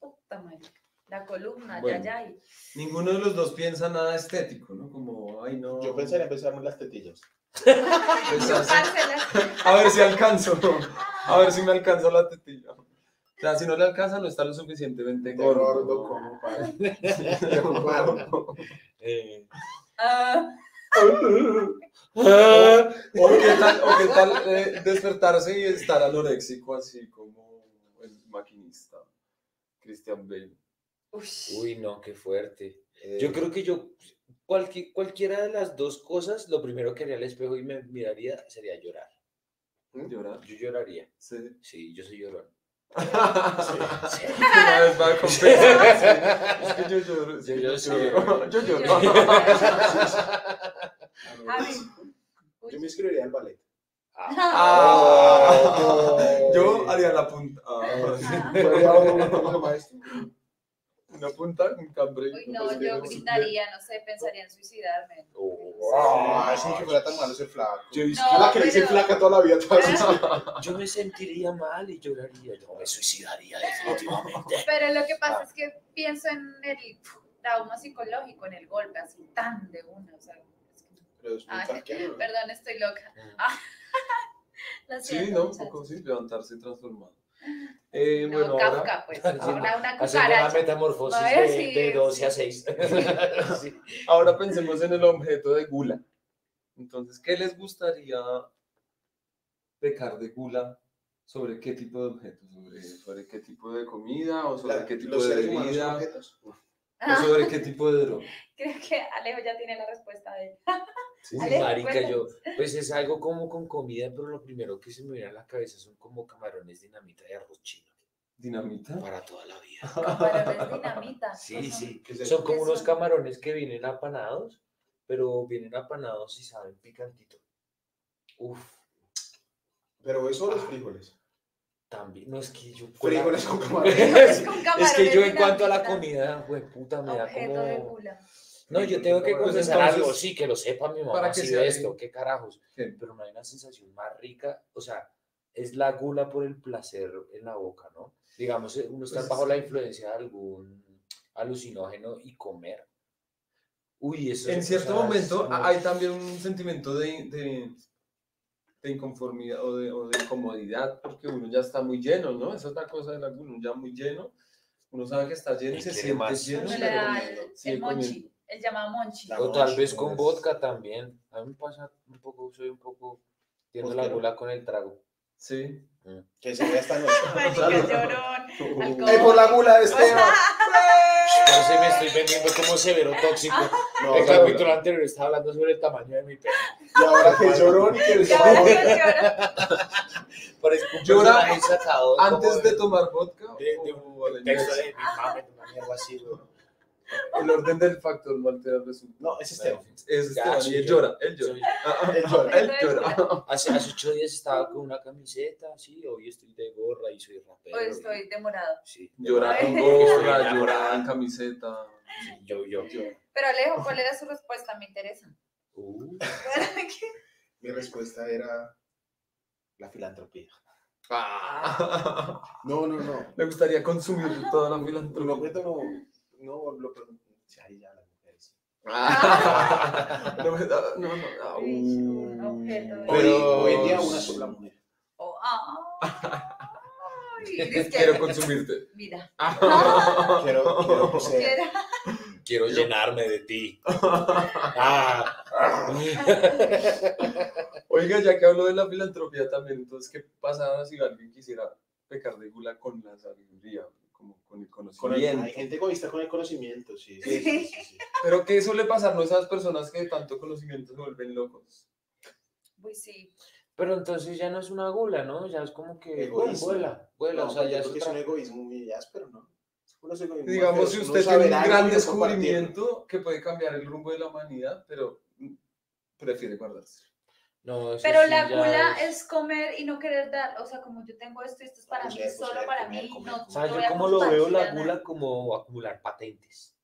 Speaker 1: puta madre. La columna,
Speaker 4: Bueno.
Speaker 1: ya, ya. y-
Speaker 4: Ninguno de los dos piensa nada estético, ¿no? Como, ay, no. Pues
Speaker 2: Yo pensaría en besarme las tetillas. pues
Speaker 4: Besarse.
Speaker 1: Chupársela.
Speaker 4: A ver si alcanzo. A ver si me alcanza la tetilla. O sea, si no le alcanza, no está lo suficientemente gordo.
Speaker 2: gordo como para preocuparme.
Speaker 3: Eh,
Speaker 1: Ah,
Speaker 4: Ah. O qué tal, o qué tal eh, despertarse y estar anoréxico, así como el Christian Bale.
Speaker 3: Uy, no, qué fuerte.
Speaker 2: Eh,
Speaker 3: Yo creo que yo, cualqui- cualquiera de las dos cosas, lo primero que haría al espejo y me miraría sería llorar.
Speaker 2: ¿Mm?
Speaker 4: Llorar.
Speaker 3: Yo lloraría.
Speaker 4: Sí.
Speaker 3: Sí, yo soy llorón.
Speaker 4: Una vez va a compensar. Es que yo lloro. sí,
Speaker 3: Yo-
Speaker 4: yo
Speaker 3: yo sí
Speaker 4: lloro.
Speaker 3: lloro.
Speaker 4: Yo
Speaker 1: Yo
Speaker 4: lloro.
Speaker 2: que...
Speaker 1: A ver.
Speaker 2: Yo me Ah. inscribiría al ballet.
Speaker 3: Ah.
Speaker 4: Ah. Yo haría la punta.
Speaker 1: Ah.
Speaker 2: Podría haber un poco maestro.
Speaker 4: Una punta pues, con cambre.
Speaker 1: Uy,
Speaker 3: pues,
Speaker 1: no, yo gritaría, no sé, pensaría en suicidarme.
Speaker 3: Oh,
Speaker 2: Ah, sin que fuera tan malo ser flaco.
Speaker 4: Yo he visto-
Speaker 1: No,
Speaker 2: la que le hice
Speaker 1: pero-
Speaker 2: flaca toda la vida. toda su-
Speaker 3: Yo me sentiría mal y lloraría. Yo me suicidaría definitivamente.
Speaker 1: Pero lo que pasa es que pienso en el trauma psicológico, en el golpe, así tan de una. O sea, es que-
Speaker 2: Pero es muy
Speaker 1: Ay,
Speaker 2: flaqueado, ¿no?
Speaker 1: perdón, estoy loca. Lo
Speaker 4: Sí,
Speaker 1: siento,
Speaker 4: no, un
Speaker 1: muchachos.
Speaker 4: poco sí, levantarse transformado. Eh,
Speaker 1: No,
Speaker 4: bueno, ahora.
Speaker 1: Kafka, pues. Ahora una
Speaker 3: Hacer una
Speaker 1: cucaracha.
Speaker 3: metamorfosis
Speaker 1: A ver,
Speaker 3: de,
Speaker 1: sí,
Speaker 3: de 12 a
Speaker 1: sí.
Speaker 3: 6. Sí.
Speaker 4: Ahora pensemos en el objeto de gula. Entonces, ¿qué les gustaría pecar de gula? ¿Sobre qué tipo de objeto? ¿Sobre, sobre qué tipo de comida? ¿O sobre
Speaker 2: La-
Speaker 4: qué tipo
Speaker 2: los
Speaker 4: de
Speaker 2: seres humanos son
Speaker 4: bebida?
Speaker 2: objetos.
Speaker 4: ¿O sobre
Speaker 1: Ah.
Speaker 4: qué tipo de droga?
Speaker 1: Creo que Alejo ya tiene la respuesta de él.
Speaker 3: Sí,
Speaker 1: Ale,
Speaker 3: marica,
Speaker 1: cuéntanos.
Speaker 3: yo, pues es algo como con comida, pero lo primero que se me viene a la cabeza son como camarones dinamita y arroz chino
Speaker 4: ¿Dinamita?
Speaker 3: para toda la vida.
Speaker 1: Pero no es dinamita. o
Speaker 3: Sí,
Speaker 1: sea,
Speaker 3: sí,
Speaker 2: ¿Qué es eso?
Speaker 3: son como
Speaker 1: ¿Qué
Speaker 3: unos
Speaker 1: son?
Speaker 3: camarones que vienen apanados, pero vienen apanados y saben picantito. Uf,
Speaker 2: Pero eso o los frijoles.
Speaker 3: también, no es que yo...
Speaker 4: Ah.
Speaker 3: con la-
Speaker 2: Frijoles con camarón.
Speaker 3: es,
Speaker 1: con
Speaker 3: es que
Speaker 1: camarones
Speaker 3: yo en cuanto a la
Speaker 1: dinamita,
Speaker 3: comida, güey, puta, me da
Speaker 1: Objeto de
Speaker 3: como...
Speaker 1: gula.
Speaker 3: No, yo tengo que
Speaker 4: Pues
Speaker 3: confesar
Speaker 4: entonces-
Speaker 3: algo, sí, que lo sepa mi mamá,
Speaker 4: Para que
Speaker 3: sí,
Speaker 4: sea
Speaker 3: de
Speaker 4: bien.
Speaker 3: esto, qué carajos.
Speaker 4: ¿Qué?
Speaker 3: Pero no hay una sensación más rica, o sea, es la gula por el placer en la boca, ¿no? Digamos, eh, uno está
Speaker 4: Pues es
Speaker 3: bajo la
Speaker 4: que-
Speaker 3: influencia de algún alucinógeno y comer. Uy, eso
Speaker 4: En
Speaker 3: es- o
Speaker 4: cierto
Speaker 3: sea, es
Speaker 4: momento
Speaker 3: como-
Speaker 4: a- hay también un sentimiento de, de, de inconformidad o de, o de incomodidad porque uno ya está muy lleno, ¿no? Esa es la cosa de la uno ya muy lleno, uno sabe que está lleno y
Speaker 3: Y
Speaker 4: se
Speaker 3: quiere
Speaker 4: siente
Speaker 3: más.
Speaker 4: lleno.
Speaker 1: Uno le
Speaker 4: pero
Speaker 1: da
Speaker 4: comiendo,
Speaker 1: el,
Speaker 4: sigue
Speaker 1: el monchi,
Speaker 4: comiendo.
Speaker 1: el llamado monchi.
Speaker 2: La
Speaker 3: O tal vez
Speaker 2: noche,
Speaker 3: con
Speaker 2: es-
Speaker 3: vodka también. A mí me pasa un poco, soy un poco... Tiendo la
Speaker 4: Vodkero.
Speaker 3: gula con el trago.
Speaker 4: Sí.
Speaker 2: Que se vea esta noche.
Speaker 1: Marica llorón.
Speaker 4: Eh,
Speaker 1: Alcohol.
Speaker 2: ¡Ay, por la gula de Esteban!
Speaker 3: Entonces me estoy vendiendo como severo tóxico.
Speaker 2: No,
Speaker 3: el
Speaker 2: o sea,
Speaker 3: capítulo anterior estaba hablando sobre el tamaño de mi pene.
Speaker 2: y ahora que llorón y que el
Speaker 1: Ya, bueno,
Speaker 2: sabor.
Speaker 1: llorón.
Speaker 3: Parece un
Speaker 4: Llora
Speaker 3: personaje pues, sacado como
Speaker 4: Antes de tomar vodka,
Speaker 3: de- de
Speaker 4: o a la
Speaker 3: un texto
Speaker 4: inversa.
Speaker 3: de mi mami, de una mierda así, güey.
Speaker 4: el orden del factor no altera el resultado.
Speaker 2: No, es Esteban.
Speaker 4: Es
Speaker 3: Ya,
Speaker 4: Esteban,
Speaker 3: sí, Eh,
Speaker 4: y él
Speaker 3: yo-
Speaker 4: llora, él llora. Ah,
Speaker 3: Soy-
Speaker 2: Él llora.
Speaker 4: Él llora.
Speaker 3: Hace, hace ocho días estaba con una camiseta, sí, hoy estoy de gorra y soy rapero.
Speaker 1: Hoy
Speaker 3: y-
Speaker 1: estoy demorado.
Speaker 3: Sí,
Speaker 4: Llora con
Speaker 1: Ay.
Speaker 4: gorra, llora en camiseta.
Speaker 3: sí, yo, yo.
Speaker 1: Pero Alejo, ¿cuál era su respuesta? Me interesa.
Speaker 3: Uh,
Speaker 2: Mi respuesta era la filantropía.
Speaker 4: Ah.
Speaker 2: No, no, no.
Speaker 4: Me gustaría consumir toda la
Speaker 2: Un
Speaker 4: filantropía.
Speaker 2: objeto no. No, lo sí, Ahí ya las mujeres.
Speaker 4: No, me da- no, no, ah,
Speaker 1: Uy,
Speaker 4: uh.
Speaker 1: un objeto de-
Speaker 2: Hoy,
Speaker 4: Pero-
Speaker 2: hoy en día una sola mujer.
Speaker 1: Oh, ah. Ay, es que-
Speaker 4: Quiero consumirte.
Speaker 1: Mira,
Speaker 2: Quiero, quiero poseer.
Speaker 1: quiero-
Speaker 3: quiero llenarme de ti. Ah,
Speaker 4: Oiga, ya que hablo de la filantropía también, entonces, ¿qué pasaba si alguien quisiera pecar de gula con la sabiduría? Como con el
Speaker 2: Con el-
Speaker 4: conocimiento.
Speaker 2: hay gente egoísta con el conocimiento, sí.
Speaker 1: Sí.
Speaker 2: sí, sí, sí, sí.
Speaker 4: Pero ¿qué suele pasarnos a esas personas que de tanto conocimiento se vuelven locos?
Speaker 1: Uy, sí.
Speaker 3: pero entonces ya no es una gula, ¿no? Ya es como que bueno,
Speaker 2: Egoísmo.
Speaker 3: vuela, vuela,
Speaker 2: No,
Speaker 3: o sea,
Speaker 2: yo
Speaker 3: ya es
Speaker 2: creo que es
Speaker 3: otra-
Speaker 2: un egoísmo muy áspero, ¿no? Uno es egoísmo
Speaker 4: Digamos,
Speaker 2: áspero,
Speaker 4: si
Speaker 2: uno
Speaker 4: usted
Speaker 2: saber
Speaker 4: tiene un
Speaker 2: algo y
Speaker 4: gran
Speaker 2: no compartirlo.
Speaker 4: descubrimiento que puede cambiar el rumbo de la humanidad, pero mm, prefiere guardarse.
Speaker 3: No, eso
Speaker 1: Pero
Speaker 3: sí
Speaker 1: la
Speaker 3: ya
Speaker 1: gula
Speaker 3: es-
Speaker 1: es comer y no querer dar. O sea, como yo tengo esto, esto es para mí,
Speaker 2: Poseer,
Speaker 1: solo
Speaker 2: poseer,
Speaker 1: para
Speaker 2: comer,
Speaker 1: mí.
Speaker 2: comer,
Speaker 1: No,
Speaker 3: O sea,
Speaker 1: no
Speaker 3: yo
Speaker 1: voy a
Speaker 3: como lo veo la
Speaker 1: compartir a
Speaker 3: gula
Speaker 1: nadie.
Speaker 3: como acumular patentes.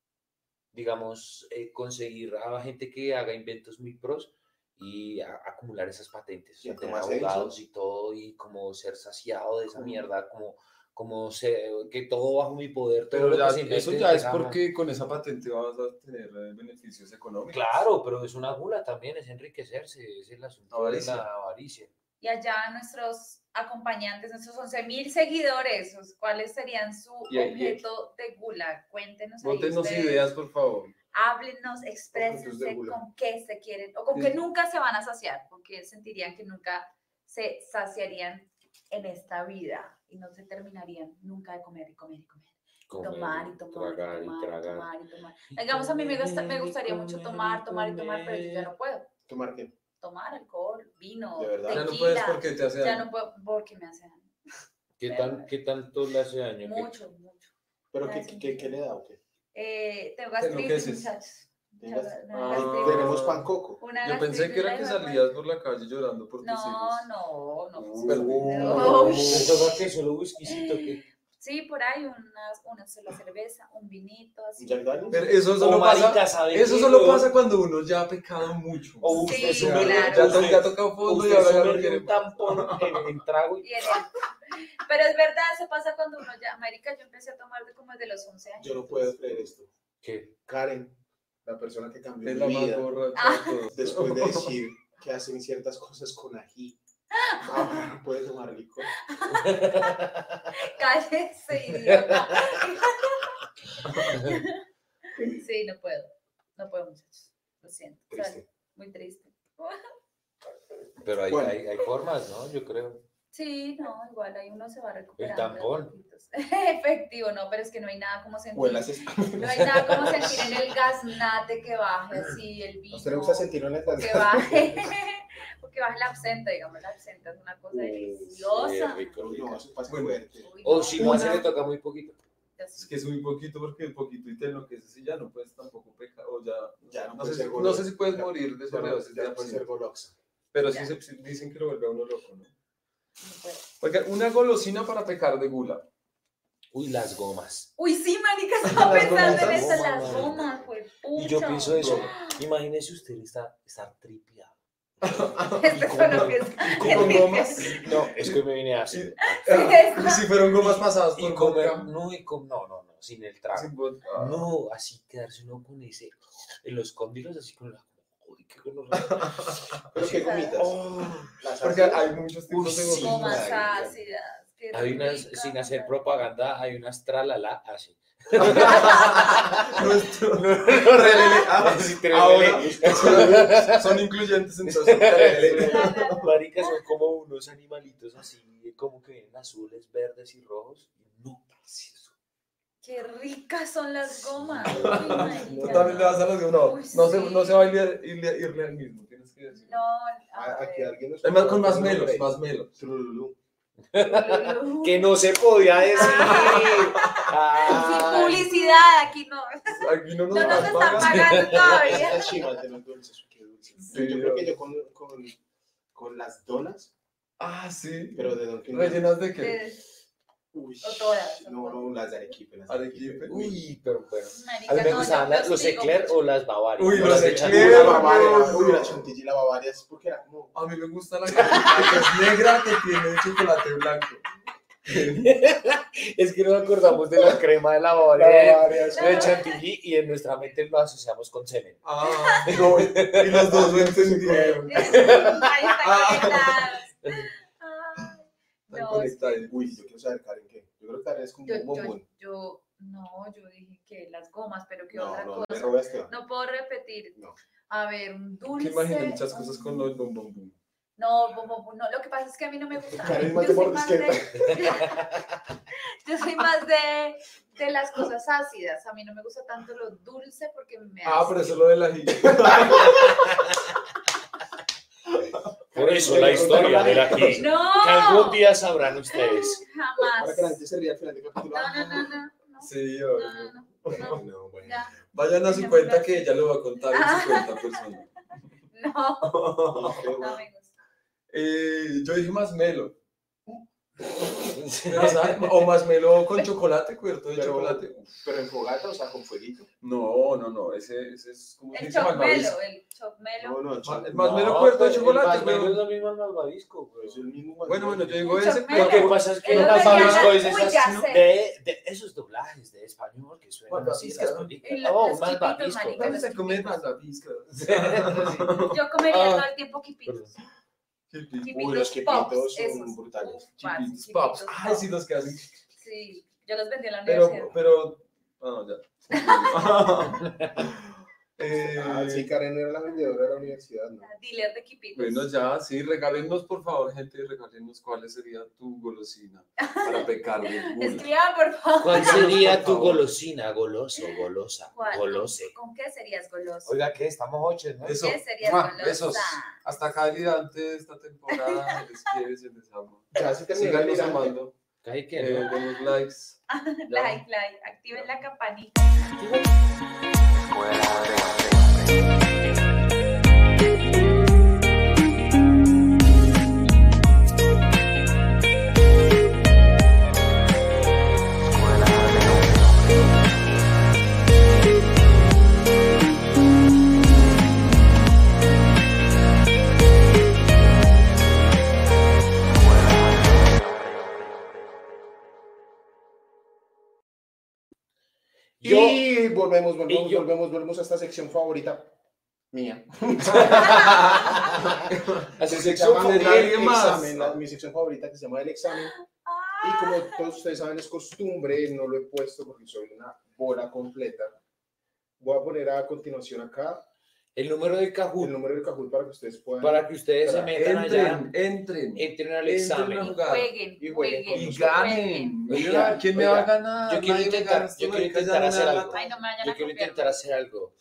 Speaker 3: Digamos, eh, conseguir a gente que haga inventos muy pros y a- acumular esas patentes. O sea,
Speaker 2: Y
Speaker 3: tener
Speaker 2: Thomas Edison.
Speaker 3: abogados y todo y como ser saciado de esa mierda, como, como se- que todo bajo mi poder, todo
Speaker 4: Pero
Speaker 3: lo
Speaker 4: ya,
Speaker 3: que se invente
Speaker 4: eso ya es
Speaker 3: será-
Speaker 4: porque con esa patente vas a tener eh, beneficios económicos.
Speaker 3: Claro, pero es una gula también, es enriquecerse, es el asunto
Speaker 4: Avaricia.
Speaker 3: de la avaricia.
Speaker 1: Y allá nuestros acompañantes, nuestros 11 mil seguidores, ¿os- ¿cuáles serían su
Speaker 4: Y ahí-
Speaker 1: objeto de gula? Cuéntenos. ahí
Speaker 4: Bótenos
Speaker 1: ustedes.
Speaker 4: ideas, por favor.
Speaker 1: Háblenos,
Speaker 2: de
Speaker 1: exprésense
Speaker 2: gula.
Speaker 1: con qué se quieren o con qué
Speaker 4: Sí.
Speaker 1: nunca se van a saciar, con qué sentirían que nunca se saciarían en esta vida y no se terminarían nunca de comer y comer y comer.
Speaker 3: comer,
Speaker 1: tomar y tomar,
Speaker 3: tragar
Speaker 1: y tomar,
Speaker 3: y tragar.
Speaker 1: tomar y tomar. Digamos, a mí me, gusta- me gustaría mucho tomar, tomar y tomar, pero yo ya no puedo.
Speaker 2: Tomar qué.
Speaker 1: Tomar alcohol, vino,
Speaker 2: De verdad.
Speaker 1: tequila.
Speaker 4: Ya no puedes porque te hace
Speaker 1: Ya
Speaker 4: daño.
Speaker 1: no puedo porque me hace daño.
Speaker 3: ¿Qué, tan, ¿Qué tanto le hace daño? ¿Qué-
Speaker 1: Mucho, mucho.
Speaker 2: ¿Pero
Speaker 1: Ah,
Speaker 2: qué,
Speaker 1: sí.
Speaker 2: qué, qué le da o qué?
Speaker 1: Eh, tengo
Speaker 4: Te
Speaker 1: gastritis,
Speaker 4: enloqueces.
Speaker 1: muchachos. Mucha-
Speaker 2: Tengas-
Speaker 1: una
Speaker 4: Ah,
Speaker 1: gastritis.
Speaker 2: Tenemos pan coco.
Speaker 1: Una
Speaker 4: Yo pensé
Speaker 1: gastritis,
Speaker 4: que era
Speaker 1: la
Speaker 4: que
Speaker 1: hija de
Speaker 4: salías
Speaker 1: madre.
Speaker 4: por la calle llorando por tus hijos.
Speaker 1: No, no, no.
Speaker 2: Uh,
Speaker 1: pues,
Speaker 2: perdón.
Speaker 1: Uy.
Speaker 3: ¿Te toca qué? ¿Solo whiskycito? ¿Qué?
Speaker 1: Sí, por ahí una, una sola cerveza, un vinito, así.
Speaker 2: ¿Un Jack Daniels?
Speaker 4: Pero eso solo
Speaker 3: O
Speaker 4: pasa,
Speaker 3: marica, ¿sabe
Speaker 4: eso
Speaker 3: qué,
Speaker 4: solo
Speaker 3: huevón?
Speaker 4: pasa cuando uno ya ha pecado mucho.
Speaker 3: O
Speaker 1: Sí,
Speaker 3: usted
Speaker 4: Ya,
Speaker 3: sube
Speaker 1: claro.
Speaker 4: ya,
Speaker 3: ya,
Speaker 4: to- ya
Speaker 3: usted,
Speaker 4: ha tocado fondo y
Speaker 3: usted
Speaker 4: ahora ya no
Speaker 3: sube
Speaker 4: quiere
Speaker 3: un tampón en, en trago y
Speaker 1: Y en el- Pero es verdad, se pasa cuando uno ya, América, yo empecé a tomar de como desde los 11 años.
Speaker 2: Yo no puedo creer esto.
Speaker 3: ¿Qué?
Speaker 2: Karen, la persona que cambió
Speaker 4: Es
Speaker 2: mi
Speaker 4: la más
Speaker 2: vida
Speaker 4: borracha
Speaker 1: Ah.
Speaker 4: de todos.
Speaker 2: después de decir que hacen ciertas cosas con ají. Ah, no puedes tomar licor.
Speaker 1: Cállese, idiota. Sí, no puedo. No puedo, muchachos. Lo siento.
Speaker 2: Triste.
Speaker 1: Muy triste.
Speaker 3: Pero hay,
Speaker 2: Bueno.
Speaker 3: hay, hay formas, ¿no? Yo creo.
Speaker 1: Sí, no, igual ahí uno se va recuperando. de a
Speaker 3: tampón.
Speaker 1: poquitos. Efectivo, no, pero es que no hay nada como sentir.
Speaker 2: O en las espaldas.
Speaker 1: No hay nada como sentir en el gasnate que baje así, el
Speaker 2: ¿A
Speaker 1: vino.
Speaker 2: usted le gusta sentirlo en las
Speaker 1: o que baje, o que baje la absenta, digamos, la absenta es una cosa
Speaker 3: Sí,
Speaker 1: deliciosa.
Speaker 3: rico, Oh,
Speaker 2: Uy,
Speaker 3: rico.
Speaker 2: No, eso pasa
Speaker 4: Bueno.
Speaker 2: fuerte.
Speaker 1: Uy,
Speaker 3: O si no,
Speaker 1: una-
Speaker 3: se le toca muy poquito.
Speaker 1: ya sé.
Speaker 4: Es que es muy poquito porque el poquito y te enloqueces y ya no puedes tampoco pecar. O ya,
Speaker 2: Ya no
Speaker 4: sé,
Speaker 2: puedes
Speaker 4: si,
Speaker 2: ser
Speaker 4: no sé
Speaker 2: goloso.
Speaker 4: si puedes
Speaker 2: Ya-
Speaker 4: morir de
Speaker 2: Ya
Speaker 4: sobredosis. de
Speaker 2: ya puede
Speaker 4: absenta,
Speaker 2: ser goloxa.
Speaker 4: Pero
Speaker 1: Ya.
Speaker 4: sí se, sí dicen que lo vuelve a uno loco, ¿no?
Speaker 1: No puedo.
Speaker 4: Oiga, una golosina para pecar de gula.
Speaker 3: Uy, las gomas.
Speaker 1: Uy, sí, marica, estaba
Speaker 4: Las
Speaker 1: pensando en
Speaker 4: gomas,
Speaker 1: eso,
Speaker 3: las
Speaker 1: las
Speaker 3: gomas.
Speaker 1: gomas, pues,
Speaker 3: Y yo pienso eso.
Speaker 4: Ah.
Speaker 3: Imagínese usted estar, estar tripeado.
Speaker 1: Este
Speaker 3: con
Speaker 1: solo
Speaker 3: gom-
Speaker 1: piensa.
Speaker 4: Y con gomas.
Speaker 3: No, es que me vine así.
Speaker 4: Sí.
Speaker 1: está.
Speaker 4: Y si fueron gomas pasadas
Speaker 3: Eh, Y
Speaker 4: por
Speaker 3: comer, Ah.
Speaker 4: comer.
Speaker 3: no, y com- no, no, no, sin el trago. No, así quedarse uno con ese, en los cóndilos así con la... Uy, qué gonorrea.
Speaker 2: Pero qué gomitas. Las
Speaker 4: Ah, Oh. Porque
Speaker 2: ácidas.
Speaker 4: hay muchos
Speaker 3: Uy,
Speaker 4: tipos de
Speaker 3: sí,
Speaker 4: gomitas.
Speaker 1: Gomas
Speaker 3: marica.
Speaker 1: ácidas. qué
Speaker 3: Hay unas,
Speaker 1: rica,
Speaker 3: sin hacer
Speaker 1: marica.
Speaker 3: propaganda, hay unas tralala así.
Speaker 4: Nuestro- Trelele. Ah,
Speaker 3: Sí,
Speaker 4: ahora,
Speaker 3: trelele.
Speaker 4: son- Son incluyentes entonces. eh, trelele.
Speaker 3: Maricas son como unos animalitos así, como que vienen azules, verdes y rojos. No, parce, eso.
Speaker 1: Qué ricas son las gomas.
Speaker 3: Sí,
Speaker 1: uy,
Speaker 3: no,
Speaker 4: Tú
Speaker 1: marica,
Speaker 4: también le vas a los No,
Speaker 1: Uy,
Speaker 4: no se,
Speaker 1: sí.
Speaker 4: no se va a irle, irle- irle al mismo. Tienes que decir.
Speaker 1: No, a
Speaker 2: A- Aquí
Speaker 1: ver.
Speaker 2: alguien nos-
Speaker 4: Ah, Además, con más
Speaker 2: Trululú.
Speaker 4: melos, más melos.
Speaker 2: Trululú.
Speaker 3: Que no se podía decir.
Speaker 1: Sin
Speaker 3: Ay.
Speaker 1: publicidad, aquí no.
Speaker 4: Aquí no nos
Speaker 1: No nos
Speaker 4: las
Speaker 1: están
Speaker 4: pagan.
Speaker 1: pagando todavía.
Speaker 2: Estas chimas de los dulces. qué dulces.
Speaker 4: Sí,
Speaker 2: Yo creo
Speaker 4: no.
Speaker 2: que yo con, con, con las donas,
Speaker 4: Ah, sí.
Speaker 2: pero de Don Quijote.
Speaker 4: ¿Rellenas de qué?
Speaker 1: Eh,
Speaker 2: Uy,
Speaker 1: O todas, o
Speaker 2: no, no, las de Arequipe. Las de
Speaker 4: Arequipe.
Speaker 3: Uy, pero bueno.
Speaker 1: marica,
Speaker 3: A mí me
Speaker 1: no,
Speaker 3: gustaban
Speaker 1: yo
Speaker 3: las- los
Speaker 1: castigo
Speaker 3: eclair
Speaker 1: mucho.
Speaker 3: o las bavarias. O
Speaker 4: Uy, los
Speaker 3: las de
Speaker 4: eclair.
Speaker 3: chantilly.
Speaker 2: la
Speaker 4: Pero,
Speaker 2: Bavaria.
Speaker 4: no.
Speaker 2: Uy, la chantilly y la Bavaria es porque era como.
Speaker 4: A mí me gusta la que, que es negra que tiene chocolate blanco.
Speaker 3: Es que nos acordamos de la crema de la bavaria, de chantilly y en nuestra mente lo asociamos con semen.
Speaker 4: Ah, no, y los dos lo entendieron.
Speaker 1: Ahí están conectadas. Ay,
Speaker 4: Están
Speaker 1: No, es
Speaker 4: conectados.
Speaker 2: Uy, yo quiero saber, Karen, ¿qué? Yo creo que Karen es como
Speaker 1: Yo,
Speaker 2: un
Speaker 1: yo,
Speaker 2: bombón.
Speaker 1: yo, no, yo dije que las gomas, pero que
Speaker 2: No,
Speaker 1: otra
Speaker 2: no, me
Speaker 1: cosa.
Speaker 2: robé a Esteban.
Speaker 1: No puedo repetir.
Speaker 2: No.
Speaker 1: A ver, un dulce.
Speaker 4: Que imaginé muchas cosas con lo
Speaker 1: un-
Speaker 4: del bom bom bom.
Speaker 1: No, bo- bo- bo- no, lo que pasa es que a mí no me gusta.
Speaker 2: Karen,
Speaker 1: yo
Speaker 2: mate
Speaker 1: soy
Speaker 2: por
Speaker 1: más
Speaker 2: disqueta.
Speaker 1: de- yo soy más de, de las cosas ácidas. A mí no me gusta tanto lo dulce porque me
Speaker 4: Ah,
Speaker 1: hace-
Speaker 4: pero eso lo del ají.
Speaker 3: Por eso la historia de la que
Speaker 1: No.
Speaker 3: algún día sabrán ustedes.
Speaker 2: Ahora que la
Speaker 1: Jamás.
Speaker 2: gente se ríe al final del capítulo.
Speaker 1: No, no, no, no. no,
Speaker 4: Sí,
Speaker 1: no,
Speaker 4: obvio.
Speaker 1: no, no, no,
Speaker 2: No, bueno.
Speaker 1: ya,
Speaker 4: Vayan a su cuenta que ella lo va a contar
Speaker 1: Ah.
Speaker 4: en su cuenta personal.
Speaker 1: no,
Speaker 2: No, qué
Speaker 1: no
Speaker 2: bueno.
Speaker 1: me gusta.
Speaker 4: Eh, yo dije más melo. Pero, ¿sabes? O más melo con chocolate, cubierto de
Speaker 2: Pero-
Speaker 4: chocolate.
Speaker 2: Pero en fogata, o sea, con fueguito.
Speaker 4: No, no, no. Ese, ese es como
Speaker 1: El
Speaker 4: dice malvavisco.
Speaker 1: chocmelo, el chocmelo.
Speaker 2: No, no,
Speaker 4: Ma-
Speaker 2: chale.
Speaker 4: Más
Speaker 3: No,
Speaker 4: melo cubierto de
Speaker 3: pero
Speaker 4: chocolate,
Speaker 3: el pastel
Speaker 4: weón.
Speaker 3: es lo mismo al malvavisco, güey.
Speaker 2: Es el mismo
Speaker 4: Bueno, bueno, yo digo
Speaker 1: El
Speaker 4: ese,
Speaker 1: chocmelo.
Speaker 3: Lo
Speaker 4: pero
Speaker 3: que pasa es que
Speaker 1: El
Speaker 3: los
Speaker 1: otro día-
Speaker 3: malvaviscos es
Speaker 1: uy, ya
Speaker 3: así, ¿no?
Speaker 1: sé.
Speaker 3: de, de esos doblajes de español que suenan así,
Speaker 4: Malvavisco.
Speaker 3: esas películas.
Speaker 1: Y los-
Speaker 3: No,
Speaker 1: los chiquitos,
Speaker 3: malvavisco.
Speaker 1: marica,
Speaker 4: ¿Dónde
Speaker 1: los
Speaker 4: se come
Speaker 1: chiquitos.
Speaker 4: malvavisco?
Speaker 1: Yo comería
Speaker 3: Ah.
Speaker 1: todo el tiempo quipitos.
Speaker 2: Uy,
Speaker 1: Quipitos
Speaker 2: los quipitos
Speaker 1: pops,
Speaker 2: son
Speaker 1: esos.
Speaker 2: brutales.
Speaker 1: Uf, parce,
Speaker 4: Chiquitos, paps.
Speaker 1: quipitos
Speaker 4: Ay, sí, los que hacen.
Speaker 1: Sí, yo los vendí en la universidad.
Speaker 4: Pero, pero. Ah, no, ya. Eh,
Speaker 2: Ah, sí, Karen era la vendedora de la universidad, ¿no?
Speaker 1: La Dealer de Kipitos.
Speaker 4: Bueno, ya, sí, regálenos, por favor, gente, regálenos cuál sería tu golosina para pecar de gula.
Speaker 1: Escriban, por favor.
Speaker 3: ¿Cuál sería
Speaker 4: Por
Speaker 3: tu
Speaker 4: favor.
Speaker 3: golosina? Goloso, golosa,
Speaker 1: ¿Cuál?
Speaker 3: golose.
Speaker 1: ¿Con qué serías goloso?
Speaker 3: Oiga, ¿qué? Estamos ocho, ¿no?
Speaker 4: Eso,
Speaker 1: ¿Con qué serías
Speaker 4: ¡mua!
Speaker 1: golosa?
Speaker 4: besos. Hasta acá el irante de esta temporada, les quiero, se les amo.
Speaker 2: Ya se terminó el
Speaker 4: Síganos
Speaker 2: Irante.
Speaker 4: amando,
Speaker 3: Ay, que
Speaker 4: eh,
Speaker 3: no.
Speaker 4: denos likes. Ya.
Speaker 1: Ah, Like, like. Activen la campanita.
Speaker 3: Yo-
Speaker 2: Y volvemos, volvemos,
Speaker 3: y yo-
Speaker 2: volvemos, volvemos a esta sección favorita mía.
Speaker 3: A su
Speaker 2: Mi
Speaker 3: sección
Speaker 2: sección
Speaker 4: favorita.
Speaker 2: favorita, el
Speaker 4: Nadie más.
Speaker 2: examen, la- mi sección favorita que se llama El Examen. Y como todos ustedes saben, es costumbre, no lo he puesto porque soy una bola completa. Voy a poner a continuación acá
Speaker 3: El número de
Speaker 2: el
Speaker 3: Kahoot
Speaker 2: número del Cajul para que ustedes puedan.
Speaker 3: para que ustedes se
Speaker 2: Para-
Speaker 3: metan allá,
Speaker 4: Entren, entren.
Speaker 3: entren al
Speaker 4: entren
Speaker 3: examen.
Speaker 4: a jugar.
Speaker 1: Jueguen,
Speaker 2: Y jueguen con
Speaker 1: jueguen.
Speaker 4: Y
Speaker 2: nosotros.
Speaker 1: jueguen.
Speaker 4: ganen.
Speaker 3: Oiga,
Speaker 4: Mira, ¿Quién me va a
Speaker 3: oiga,
Speaker 4: ganar?
Speaker 3: yo quiero
Speaker 4: Nadie me
Speaker 3: intentar-
Speaker 4: gana,
Speaker 3: yo
Speaker 4: esto
Speaker 3: quiero
Speaker 4: me- que ya
Speaker 3: intentar
Speaker 4: no me
Speaker 3: hacer
Speaker 4: da la
Speaker 3: algo.
Speaker 4: ta-
Speaker 1: Ay, no me vayan
Speaker 3: Yo
Speaker 1: a
Speaker 3: quiero
Speaker 1: copiar.
Speaker 3: intentar hacer algo.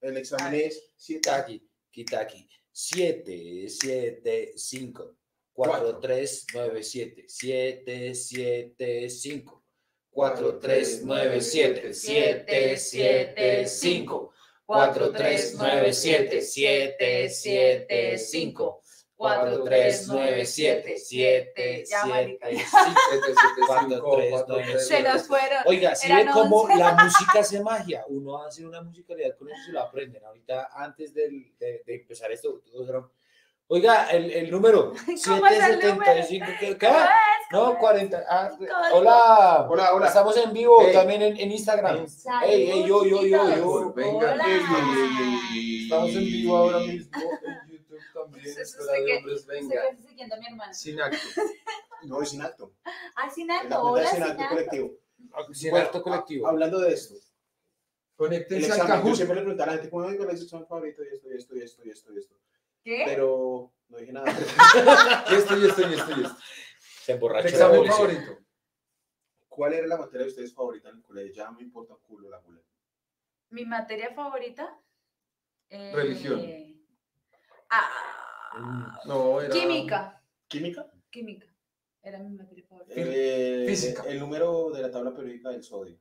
Speaker 2: El examen
Speaker 1: Ay.
Speaker 2: es 7
Speaker 3: Kitaki, Kitaki. 7, 7, 5. 4,
Speaker 2: Cuatro.
Speaker 3: 3, 9, 7. 7, 7, 5. 4, 3, 9, 7. 7, 7, 5. 4, 3, 9, 7. 7, 7, 5. 4, 3, 9, 7. 7,
Speaker 1: Ya,
Speaker 3: 7,
Speaker 1: marica.
Speaker 3: 5.
Speaker 4: Este, este,
Speaker 3: Cuatro,
Speaker 4: cinco,
Speaker 3: tres, nueve,
Speaker 4: cuatro, tres,
Speaker 1: Se
Speaker 3: siete.
Speaker 4: nueve.
Speaker 1: nos fueron.
Speaker 3: Oiga, si
Speaker 1: Eran
Speaker 3: ve cómo
Speaker 1: once.
Speaker 3: la música hace magia, uno hace una musicalidad con eso y se la aprenden. Ahorita, antes del- de, de empezar esto, todos dijeron, oiga, el, el número,
Speaker 1: es el
Speaker 3: 775, ¿qué? qué?
Speaker 1: ¿Cómo es?
Speaker 3: No,
Speaker 1: ¿Cómo
Speaker 3: 40. ah,
Speaker 1: ¿Cómo es?
Speaker 3: hola,
Speaker 2: Hola, hola.
Speaker 3: estamos en vivo
Speaker 2: Hey.
Speaker 3: también en, en Instagram.
Speaker 1: es?
Speaker 3: Ey, ey, yo, yo, yo,
Speaker 1: Saluditos.
Speaker 3: yo.
Speaker 4: Venga,
Speaker 1: Hola.
Speaker 4: Estamos en vivo ahora mismo en YouTube también.
Speaker 1: Eso, eso,
Speaker 4: Espera
Speaker 1: sé
Speaker 4: de
Speaker 1: que-
Speaker 4: hombres, venga.
Speaker 1: Estoy siguiendo a mi hermana.
Speaker 4: Sin acto.
Speaker 2: No, es sin acto.
Speaker 1: Ah,
Speaker 2: En la
Speaker 1: Sinato,
Speaker 2: cuenta
Speaker 1: hola
Speaker 2: de sin acto
Speaker 1: Sinato.
Speaker 2: colectivo.
Speaker 3: Sin
Speaker 2: Bueno, ah,
Speaker 3: acto
Speaker 2: ha-
Speaker 3: colectivo.
Speaker 2: Hablando de esto, el
Speaker 4: Conéctense al
Speaker 2: examen, yo
Speaker 4: Kahoot.
Speaker 2: siempre le preguntaba a la gente, ¿cómo vengo el examen favorito? Y esto, y esto, y esto, y esto, y esto.
Speaker 1: ¿Qué?
Speaker 2: Pero no dije nada.
Speaker 4: Esto y esto y esto y esto.
Speaker 3: Se emborrachó. la
Speaker 4: Examen
Speaker 3: policía.
Speaker 4: favorito.
Speaker 2: ¿Cuál era la materia de ustedes favorita en el colegio? Ya me importa un culo la gula.
Speaker 1: Mi materia favorita. Eh,
Speaker 4: Religión.
Speaker 1: Ah,
Speaker 4: No, era.
Speaker 1: química.
Speaker 2: ¿Química?
Speaker 1: Química. Era mi materia favorita.
Speaker 2: Eh,
Speaker 4: Física.
Speaker 2: El número de la tabla periódica del sodio.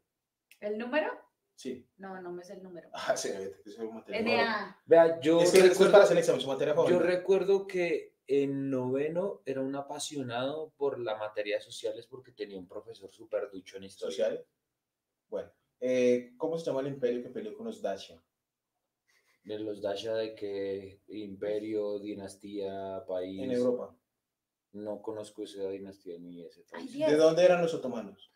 Speaker 1: ¿El número?
Speaker 2: Sí.
Speaker 1: No, no me es el número.
Speaker 2: Ah, sí, obviamente, que es una materia favorita.
Speaker 1: NA.
Speaker 3: Vea, yo
Speaker 2: Es que esto es
Speaker 3: recuerdo-
Speaker 2: para hacer el examen, su materia
Speaker 3: Yo
Speaker 2: favorita.
Speaker 3: recuerdo que en noveno era un apasionado por la materia de sociales porque tenía un profesor súper ducho en historia.
Speaker 2: Social. Bueno. eh, ¿Cómo se llama el imperio que peleó con los Dacia?
Speaker 3: De los Dasha de que imperio, dinastía, país.
Speaker 2: En Europa.
Speaker 3: No conozco esa dinastía ni ese país.
Speaker 1: Dios.
Speaker 2: ¿De dónde eran los otomanos?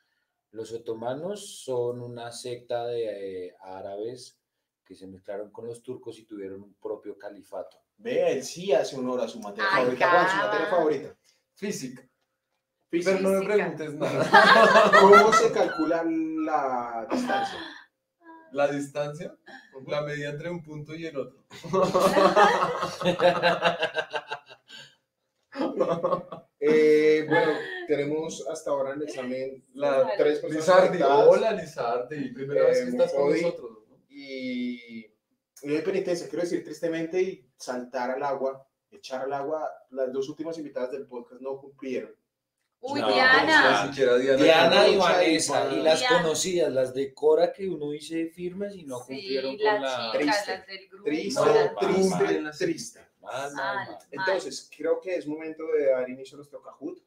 Speaker 3: Los otomanos son una secta de eh, árabes que se mezclaron con los turcos y tuvieron un propio califato.
Speaker 2: Vea, él sí hace honor a su materia
Speaker 1: Ay,
Speaker 2: favorita. Juan, su materia
Speaker 1: caramba.
Speaker 2: favorita.
Speaker 4: Física.
Speaker 2: Física.
Speaker 4: Pero no me
Speaker 1: Física.
Speaker 4: preguntes nada.
Speaker 2: ¿Cómo se calcula la distancia?
Speaker 4: La distancia, la medida entre un punto y el otro.
Speaker 2: Eh, bueno, tenemos hasta ahora en el examen
Speaker 4: La-
Speaker 2: tres personas
Speaker 4: Lizardi,
Speaker 2: conectadas.
Speaker 4: hola Lizardi, primera vez que
Speaker 2: Eh,
Speaker 4: estás con
Speaker 2: Mofodi.
Speaker 4: nosotros. ¿no?
Speaker 2: y y hay penitencia, quiero decir tristemente, y saltar al agua, echar al agua, las dos últimas invitadas del podcast no cumplieron.
Speaker 1: Uy,
Speaker 3: No,
Speaker 4: pues,
Speaker 1: Diana.
Speaker 4: Ni siquiera Diana.
Speaker 3: Diana y
Speaker 2: Concha
Speaker 3: Vanessa, y
Speaker 2: Iván.
Speaker 3: las
Speaker 1: Diana.
Speaker 3: conocidas, las de Cora que uno dice firmes y no cumplieron
Speaker 1: sí,
Speaker 3: con la...
Speaker 1: las chicas,
Speaker 2: Triste.
Speaker 1: las del grupo.
Speaker 2: Triste,
Speaker 1: las-
Speaker 3: pa,
Speaker 2: triste,
Speaker 3: mal,
Speaker 4: mal.
Speaker 2: triste.
Speaker 3: Mal, mal,
Speaker 1: Mal.
Speaker 3: mal.
Speaker 2: Entonces, creo que es momento de dar inicio a nuestro Kahoot.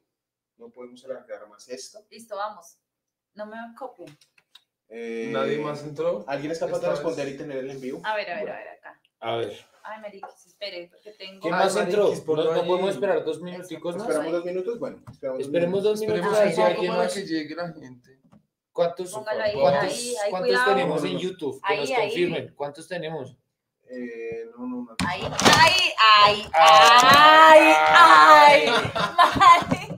Speaker 2: No podemos alargar más esto.
Speaker 1: Listo, vamos. No me copien.
Speaker 2: Eh, Ah,
Speaker 4: Nadie más entró.
Speaker 2: ¿Alguien es capaz
Speaker 4: Esta
Speaker 2: de responder
Speaker 4: vez.
Speaker 2: y tener el en vivo?
Speaker 1: A ver, a ver, a ver acá.
Speaker 3: A ver.
Speaker 1: Ay, Mariquis, espere, porque tengo.
Speaker 3: ¿Quién
Speaker 4: Ay,
Speaker 3: más
Speaker 4: mariquis,
Speaker 3: entró?
Speaker 4: por
Speaker 3: ¿No, no
Speaker 4: ahí.
Speaker 3: podemos esperar dos minuticos más?
Speaker 2: Esperamos dos minutos. Bueno, esperamos dos
Speaker 3: Esperemos dos minutos
Speaker 4: Esperemos
Speaker 1: Ah,
Speaker 3: a
Speaker 4: un
Speaker 3: ver si
Speaker 1: ya,
Speaker 4: poco
Speaker 3: alguien
Speaker 4: para
Speaker 3: más.
Speaker 4: que llegue la gente.
Speaker 3: ¿Cuántos,
Speaker 1: Póngalo ahí,
Speaker 3: cuántos-
Speaker 1: ahí, ahí,
Speaker 3: cuántos
Speaker 1: cuidado.
Speaker 3: tenemos en YouTube? Que
Speaker 1: Ahí,
Speaker 3: nos
Speaker 1: ahí.
Speaker 3: confirmen. ¿Cuántos tenemos?
Speaker 2: Eh, no, no, no.
Speaker 1: Ay, ay, ay, ay,
Speaker 3: Ay.
Speaker 1: ay, ay,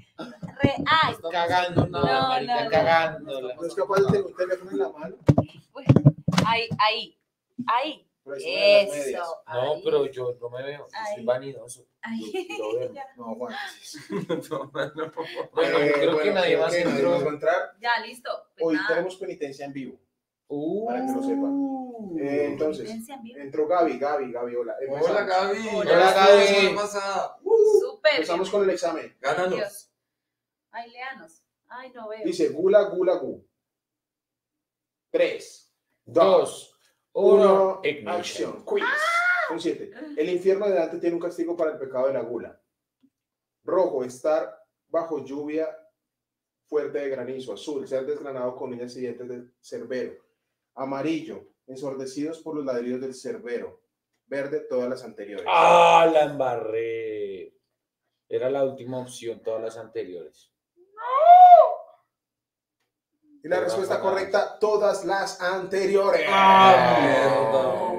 Speaker 1: re, ay,
Speaker 3: Cagando,
Speaker 1: No, no, no.
Speaker 3: cagando.
Speaker 2: No es capaz de tener un teléfono en la mano.
Speaker 1: uy, ay, ay, Pues, Ahí.
Speaker 2: Por encima Pues, de las medias.
Speaker 1: Eso.
Speaker 3: No,
Speaker 1: ahí.
Speaker 3: pero yo no me veo, yo soy
Speaker 1: Ay.
Speaker 3: vanidoso.
Speaker 1: Ahí.
Speaker 3: Yo- yo veo.
Speaker 1: Ya,
Speaker 2: No, Juan.
Speaker 4: No, no.
Speaker 3: Bueno,
Speaker 2: Eh,
Speaker 3: creo
Speaker 2: bueno, creo
Speaker 3: que nadie más
Speaker 2: que nadie más va a
Speaker 3: entró.
Speaker 2: entrar.
Speaker 1: Ya, listo. Pues
Speaker 2: Hoy
Speaker 1: nada.
Speaker 2: tenemos penitencia en vivo.
Speaker 3: Uh,
Speaker 2: Para que lo Eh, entonces,
Speaker 1: Vense a mí.
Speaker 2: entró Gaby, Gaby, Gaby, hola. Empezamos.
Speaker 4: Hola Gaby.
Speaker 1: Hola,
Speaker 2: Gaby.
Speaker 4: La semana pasada.
Speaker 1: Súper.
Speaker 2: Empezamos con el examen.
Speaker 4: Gánanos.
Speaker 1: Dios. Ay, leanos. Ay, no veo.
Speaker 2: Dice gula, gula, gu. Tres,
Speaker 3: dos, uno,
Speaker 2: uno,
Speaker 3: ignition.
Speaker 2: acción. Quiz. Un siete. El infierno de Dante tiene un castigo para el pecado de la gula. Rojo, estar bajo lluvia fuerte de granizo. Azul, ser desgranado con uñas y dientes del cerbero. Amarillo, ensordecidos por los ladridos del cerbero. Verde, todas las anteriores.
Speaker 3: Ah, la embarré. Era la última opción, todas las anteriores.
Speaker 2: Y la respuesta correcta, todas las anteriores.
Speaker 3: Ah,
Speaker 1: No.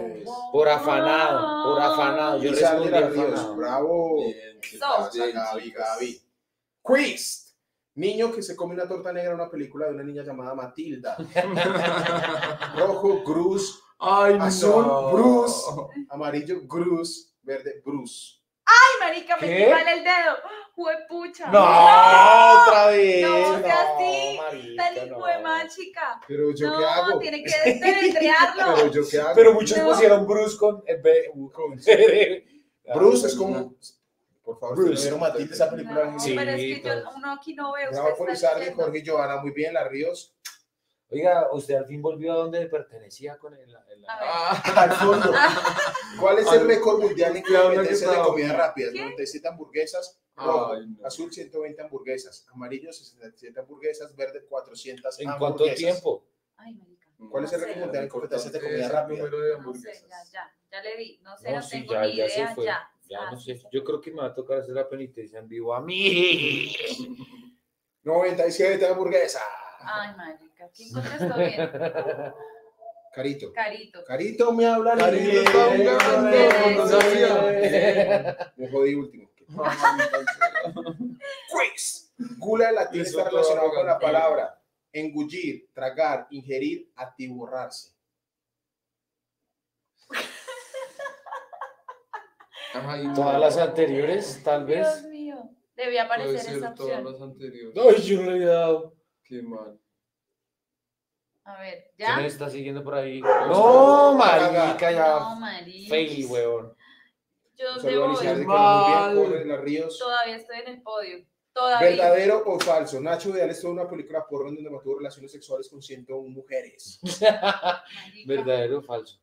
Speaker 3: Por afanado, por afanado. Yo
Speaker 2: Isabel
Speaker 3: respondí
Speaker 2: Ríos,
Speaker 3: afanado.
Speaker 2: bravo.
Speaker 4: Bien,
Speaker 1: Eso.
Speaker 4: chicas,
Speaker 2: Pasa,
Speaker 4: bien,
Speaker 2: Gaby,
Speaker 4: chicas.
Speaker 2: Gaby. Quiz. Niño que se come una torta negra en una película de una niña llamada Matilda. Rojo, Cruz. Ah,
Speaker 4: Ay,
Speaker 2: Azul,
Speaker 4: no.
Speaker 2: Bruce. Amarillo, Cruz. Verde, Bruce.
Speaker 1: Ay, marica, me
Speaker 3: ¿Qué?
Speaker 1: quita el dedo. Juepucha.
Speaker 3: No, otra vez.
Speaker 1: No seas así,
Speaker 3: marica,
Speaker 1: Tan hijo de
Speaker 3: no.
Speaker 1: más, chica.
Speaker 2: Pero yo qué
Speaker 1: No,
Speaker 2: hago?
Speaker 1: tiene que deletrearlo.
Speaker 2: Pero yo qué hago?
Speaker 3: Pero muchos
Speaker 1: No.
Speaker 3: pusieron Bruce con. eh, B- U-
Speaker 2: Con- Bruce
Speaker 3: Bruce
Speaker 2: es como. Por favor,
Speaker 3: Bruce.
Speaker 2: ustedes vieron Matilda esa película.
Speaker 1: No,
Speaker 2: No,
Speaker 3: Sí,
Speaker 1: pero es que yo,
Speaker 3: pues.
Speaker 1: uno aquí no ve.
Speaker 2: Bravo
Speaker 1: usted
Speaker 2: por
Speaker 1: está
Speaker 2: Isabel,
Speaker 1: leyendo.
Speaker 2: Jorge y Joana, muy bien, la Ríos.
Speaker 3: Oiga, usted al fin volvió a donde pertenecía con el. el-
Speaker 1: A ver.
Speaker 4: Ah,
Speaker 2: Al fondo. ¿Cuál es el
Speaker 4: Ay,
Speaker 2: récord mundial en
Speaker 4: claro, no, que
Speaker 2: competencias de
Speaker 4: estaba-
Speaker 2: comida rápida?
Speaker 1: ¿Qué?
Speaker 2: 97 hamburguesas. Rojo,
Speaker 4: ay, no.
Speaker 2: Azul 120 hamburguesas, amarillo 67 hamburguesas, verde 400
Speaker 3: ¿En cuánto
Speaker 2: hamburguesas.
Speaker 3: tiempo?
Speaker 1: Ay, marica.
Speaker 2: ¿Cuál es el
Speaker 1: No sé.
Speaker 2: récord mundial en competencias de comida
Speaker 4: Es el
Speaker 2: rápida?
Speaker 4: número de
Speaker 1: No sé,
Speaker 4: hamburguesas.
Speaker 1: ya, ya, ya le di. No sé, no,
Speaker 3: No, sí,
Speaker 1: tengo
Speaker 3: ya-
Speaker 1: ni
Speaker 3: ya se
Speaker 1: idea,
Speaker 3: fue.
Speaker 1: ya.
Speaker 3: Ya
Speaker 1: Ah,
Speaker 3: no
Speaker 1: sí,
Speaker 3: sé.
Speaker 1: sí.
Speaker 3: Yo creo que me va a tocar hacer la penitencia en vivo a mí.
Speaker 2: 97 hamburguesas.
Speaker 1: Ay, marica, ¿quién contestó bien?
Speaker 2: Carito.
Speaker 1: Carito.
Speaker 2: Carito me habla al
Speaker 4: Carito
Speaker 2: inglés.
Speaker 4: está hablando,
Speaker 1: no
Speaker 2: sabía. Me jodí último. Quiz. Gula en latín
Speaker 4: Eso
Speaker 2: está
Speaker 4: todo
Speaker 2: relacionado con la
Speaker 4: arrogante.
Speaker 2: palabra engullir, tragar, ingerir, atiborrarse.
Speaker 4: Ay, no.
Speaker 3: Todas las anteriores, tal
Speaker 1: Dios
Speaker 3: vez.
Speaker 1: mío. Debía
Speaker 4: Puede
Speaker 1: aparecer esa
Speaker 4: ser todas
Speaker 1: opción.
Speaker 4: las anteriores.
Speaker 3: Ay, yo no le he dado.
Speaker 4: Qué mal.
Speaker 1: A ver,
Speaker 3: ¿Quién
Speaker 1: ¿ya?
Speaker 3: está siguiendo por ahí?
Speaker 2: No,
Speaker 3: No, marica,
Speaker 1: No,
Speaker 3: ya.
Speaker 1: marica.
Speaker 3: Fey, weón.
Speaker 1: Yo
Speaker 2: Un
Speaker 1: dónde
Speaker 2: saludo a
Speaker 1: voy.
Speaker 2: Elizabeth, que
Speaker 4: Mal.
Speaker 2: muy bien, corre la Ríos.
Speaker 1: Todavía estoy en el podio. Todavía.
Speaker 2: ¿Verdadero o falso? Nacho Vidal estuvo en una película porno en donde mantuvo relaciones sexuales con 101 mujeres.
Speaker 1: Marica.
Speaker 3: ¿Verdadero o falso?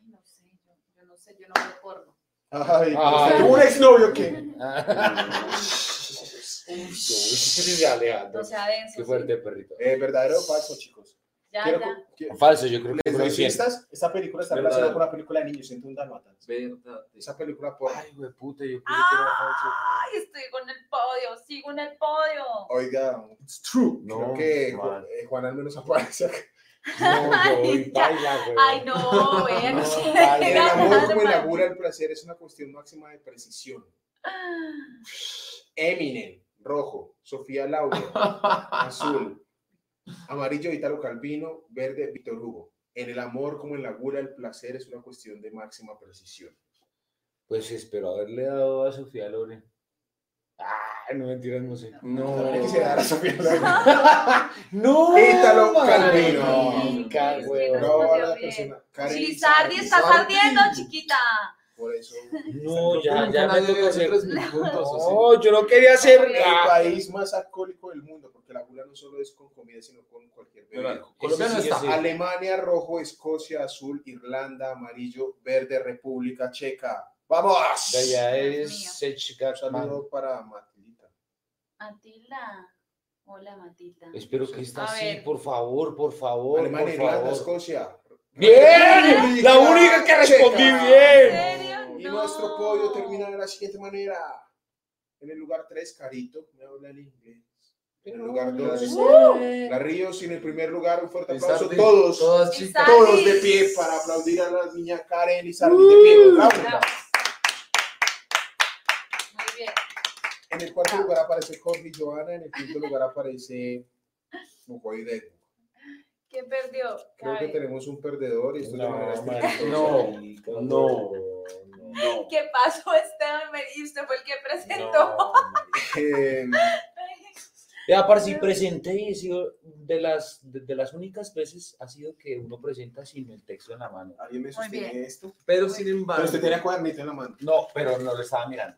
Speaker 1: Ay, no sé, yo, yo no sé, yo no veo porno.
Speaker 2: Ay,
Speaker 3: Ay.
Speaker 2: ¿Tuvo un exnovio que?
Speaker 3: Uy, Alejandro.
Speaker 1: No sea denso.
Speaker 3: Qué
Speaker 1: sí.
Speaker 3: fuerte, perrito.
Speaker 2: Eh, ¿Verdadero o falso, chicos?
Speaker 1: Ya,
Speaker 2: Quiero
Speaker 1: ya.
Speaker 2: que- que-
Speaker 3: Falso, yo creo que
Speaker 2: les
Speaker 3: por
Speaker 2: doy
Speaker 3: ahí sí es.
Speaker 2: pistas. Esta película está
Speaker 4: Verdadero.
Speaker 2: relacionada con una película de niños, siento un dalmata.
Speaker 4: Verdad.
Speaker 2: Esa película porno.
Speaker 3: Ay, güey, puta, yo pensé que era falso.
Speaker 1: Ay, estoy con el podio, sigo en el podio.
Speaker 2: Oiga, it's true. Creo
Speaker 3: No,
Speaker 2: que
Speaker 3: man.
Speaker 2: Juan, eh, Juan al menos aparece acá.
Speaker 3: No, yo
Speaker 1: Ay,
Speaker 3: voy
Speaker 1: ya.
Speaker 3: baila, güey.
Speaker 1: Ay, no, vea, no
Speaker 3: No,
Speaker 1: sé.
Speaker 3: vale.
Speaker 2: El
Speaker 1: Era
Speaker 2: amor
Speaker 1: nada
Speaker 2: como el
Speaker 1: más.
Speaker 2: amor el placer es una cuestión máxima de precisión. Eminem, rojo. Sofía Laura, azul. Amarillo, Italo Calvino. Verde, Víctor Hugo. En el amor como en la gula, el placer es una cuestión de máxima precisión.
Speaker 3: Pues espero haberle dado a Sofía Loren. Ah, no mentiras, no Oh, sé.
Speaker 4: No.
Speaker 2: No le quisiera dar a Sofía Laura.
Speaker 3: No,
Speaker 2: Ítalo
Speaker 3: marica,
Speaker 2: Calvino.
Speaker 1: Ay,
Speaker 3: güey.
Speaker 1: no.
Speaker 2: No, a la
Speaker 1: bien.
Speaker 2: persona. Karen
Speaker 1: Chisardi, estás
Speaker 2: Sardi.
Speaker 1: ardiendo, chiquita.
Speaker 2: Por eso.
Speaker 3: No, ya,
Speaker 4: Nunca
Speaker 3: ya me
Speaker 4: nadie
Speaker 3: toca
Speaker 4: debe
Speaker 3: hacer.
Speaker 4: tres mil puntos, ¿o sí?
Speaker 3: No, yo no quería hacer.
Speaker 1: El
Speaker 2: El
Speaker 3: Ah,
Speaker 2: país más alcohólico del mundo, porque la gula no solo es con comida, sino con cualquier bebida.
Speaker 4: Mira, Colombia no
Speaker 3: Ese sí
Speaker 4: está.
Speaker 3: es el-
Speaker 2: Alemania, rojo, Escocia, azul, Irlanda, amarillo, verde, República Checa. ¡Vamos!
Speaker 3: de allá
Speaker 1: Dios mío.
Speaker 3: es Sechica.
Speaker 2: Un saludo para Matilita.
Speaker 1: Matilda. Hola, Matilda.
Speaker 3: Espero que
Speaker 1: A
Speaker 3: está así,
Speaker 1: ver.
Speaker 3: por favor, por favor.
Speaker 2: Alemania,
Speaker 3: por
Speaker 2: Irlanda,
Speaker 3: favor.
Speaker 2: Escocia.
Speaker 3: Bien, la única que
Speaker 2: Checa.
Speaker 3: respondí
Speaker 1: ¿En
Speaker 3: bien.
Speaker 1: serio?
Speaker 2: Y
Speaker 1: No.
Speaker 2: nuestro podio termina de la siguiente manera. En el lugar 3, Carito, me habla el inglés. En el lugar 2, La Ríos. Y en el primer lugar, un fuerte aplauso.
Speaker 4: Sardi,
Speaker 2: Todos,
Speaker 4: Todas
Speaker 1: Y
Speaker 4: chicas.
Speaker 1: Sardi.
Speaker 2: todos de pie para aplaudir a la niña Karen y Sardi de pie.
Speaker 3: Uh.
Speaker 2: Bravo.
Speaker 1: Bravo. Muy bien.
Speaker 2: En el
Speaker 1: Ah.
Speaker 2: cuarto lugar aparece Jorge y Joana, en el quinto lugar aparece Mucoy de
Speaker 1: ¿Qué ¿Quién perdió?
Speaker 2: Creo que
Speaker 1: Gaby.
Speaker 2: tenemos un perdedor y esto
Speaker 3: No,
Speaker 2: es una manera
Speaker 3: marica,
Speaker 2: estricta.
Speaker 3: no, No, no.
Speaker 1: ¿Qué pasó, Esteban? Meri? Y usted fue el que presentó.
Speaker 2: Eh,
Speaker 3: Vea, par si presenté y he sido de las, de, de las únicas veces ha sido que uno presenta sin el texto en la mano.
Speaker 2: ¿Alguien me
Speaker 1: bien.
Speaker 2: sostiene esto?
Speaker 4: Pero sin
Speaker 2: Pero
Speaker 4: embargo,
Speaker 2: usted tiene cuadernito en la mano.
Speaker 3: No, pero no lo estaba mirando.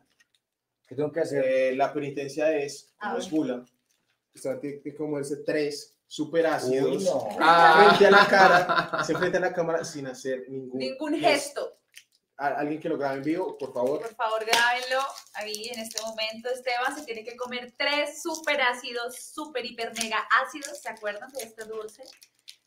Speaker 3: ¿Qué tengo que hacer?
Speaker 2: Eh, la penitencia es,
Speaker 1: Ah,
Speaker 2: no es
Speaker 1: bueno.
Speaker 2: gula, usted tiene que comerse tres superácidos
Speaker 3: Uy, no.
Speaker 4: Ah.
Speaker 2: frente a la cara, se frente a la cámara sin hacer ningún,
Speaker 1: Ningún gesto.
Speaker 2: A- alguien que lo grabe en vivo, por favor.
Speaker 1: Por favor, grábenlo ahí en este momento. Esteban se tiene que comer tres súper ácidos, súper, hiper, mega ácidos. ¿Se acuerdan de este dulce?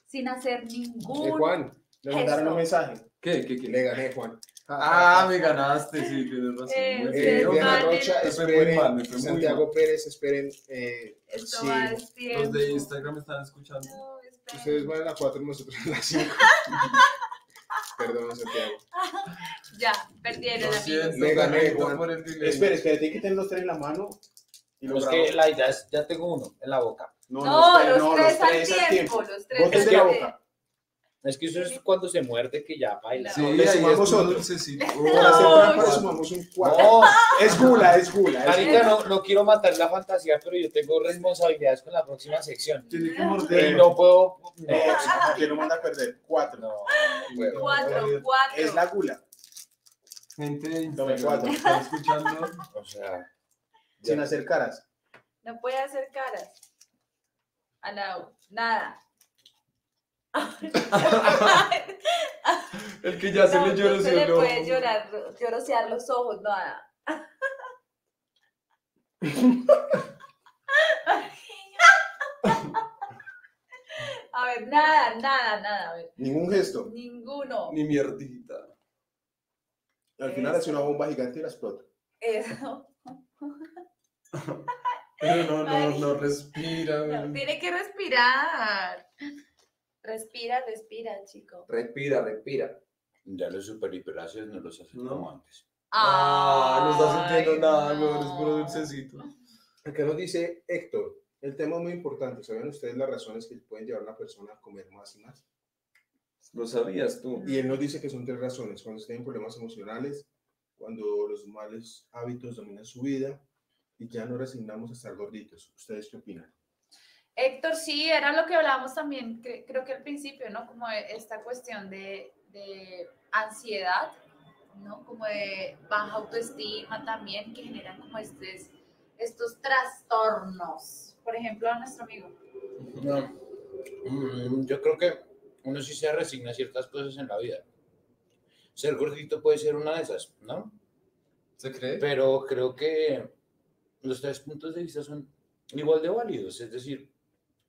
Speaker 1: Sin hacer
Speaker 2: Eh,
Speaker 1: ningún.
Speaker 2: Juan, le mandaron
Speaker 1: gesto.
Speaker 2: un mensaje.
Speaker 4: ¿qué? ¿Qué?
Speaker 2: Y
Speaker 4: ¿Qué?
Speaker 2: le gané, Juan.
Speaker 4: Ah, me ganaste, sí, tienes razón.
Speaker 1: Eh,
Speaker 2: Eh,
Speaker 4: Muy
Speaker 1: Ustedes
Speaker 4: bien.
Speaker 2: Diana
Speaker 1: ganen.
Speaker 2: Rocha,
Speaker 4: Me fue muy
Speaker 2: esperen,
Speaker 4: mal, me fue muy
Speaker 2: Santiago Pérez, esperen. eh,
Speaker 1: Esto
Speaker 2: sí,
Speaker 1: va al tiempo.
Speaker 4: Los de Instagram están escuchando.
Speaker 1: No, esperen.
Speaker 2: ustedes van a la 4 y nosotros a la 5. Perdón, Santiago.
Speaker 1: Ya, perdieron,
Speaker 4: Lo
Speaker 1: amigos.
Speaker 4: siento,
Speaker 2: Me gané,
Speaker 4: Carlito,
Speaker 2: Juan.
Speaker 4: por el delay.
Speaker 2: Espera, espera, tiene que tener los tres en la mano y lo
Speaker 3: Es
Speaker 2: grabo.
Speaker 3: que la idea es, ya tengo uno en la boca.
Speaker 2: No,
Speaker 1: No,
Speaker 2: no, espera,
Speaker 1: los,
Speaker 2: no,
Speaker 1: tres al tiempo. Los tres
Speaker 2: Botes
Speaker 1: al
Speaker 2: de la
Speaker 1: tiempo.
Speaker 2: boca.
Speaker 3: Es que eso es cuando se muerde que ya baila.
Speaker 4: Sí,
Speaker 1: No,
Speaker 4: ahí
Speaker 2: le
Speaker 4: es
Speaker 2: sumamos
Speaker 4: tu
Speaker 2: otro.
Speaker 4: dulcecito.
Speaker 2: Para hacer
Speaker 1: No.
Speaker 2: trampa le sumamos pues, un cuatro.
Speaker 3: No,
Speaker 2: Es gula, es gula. es
Speaker 3: Marica, no, no quiero matar la fantasía, pero yo tengo responsabilidades con la próxima sección.
Speaker 4: Tiene que
Speaker 3: Y
Speaker 4: morder.
Speaker 3: no puedo.
Speaker 2: gula.
Speaker 3: No,
Speaker 2: No, que no manda a perder. Cuatro.
Speaker 3: no.
Speaker 2: Bueno,
Speaker 1: Cuatro, cuatro.
Speaker 2: Es la gula.
Speaker 4: Gente de
Speaker 2: Tome
Speaker 4: Instagram,
Speaker 2: cuatro.
Speaker 4: ¿están escuchando?
Speaker 3: O sea.
Speaker 2: Sin hacer caras.
Speaker 1: No puede hacer caras. Alao, nada.
Speaker 4: El que ya se
Speaker 1: No,
Speaker 4: le
Speaker 1: no
Speaker 4: lloró
Speaker 1: se
Speaker 4: sí,
Speaker 1: le
Speaker 4: no.
Speaker 1: puede llorar, llorosear los ojos, nada. A ver, nada, nada, nada, a ver,
Speaker 2: Ningún gesto.
Speaker 1: ninguno.
Speaker 4: Ni mierdita.
Speaker 2: Al final hace una bomba gigante y la explota.
Speaker 1: Eso.
Speaker 4: Pero no, no,
Speaker 1: Ay.
Speaker 4: no respira.
Speaker 1: No, tiene que respirar. Respira, respira, chico.
Speaker 4: Respira, respira.
Speaker 3: Ya los super hiperacios no los hacen
Speaker 4: No.
Speaker 3: como antes.
Speaker 4: Ah, no está
Speaker 1: Ay,
Speaker 4: sintiendo nada,
Speaker 1: no.
Speaker 4: güey, es puro dulcecito.
Speaker 2: Acá nos dice Héctor, el tema es muy importante. ¿Saben ustedes las razones que pueden llevar a una persona a comer más y más?
Speaker 4: Lo sabías tú.
Speaker 2: Y él nos dice que son tres razones. Cuando tienen problemas emocionales, cuando los malos hábitos dominan su vida y ya no resignamos a estar gorditos. ¿Ustedes qué opinan?
Speaker 1: Héctor, sí, era lo que hablábamos también, cre- creo que al principio, ¿no? Como de esta cuestión de, de ansiedad, ¿no? Como de baja autoestima también, que generan como estos, estos trastornos. Por ejemplo, a nuestro amigo.
Speaker 3: No. Mm, Yo creo que uno sí se resigna a ciertas cosas en la vida. Ser gordito puede ser una de esas, ¿no?
Speaker 4: ¿Se cree?
Speaker 3: Pero creo que los tres puntos de vista son igual de válidos. Es decir,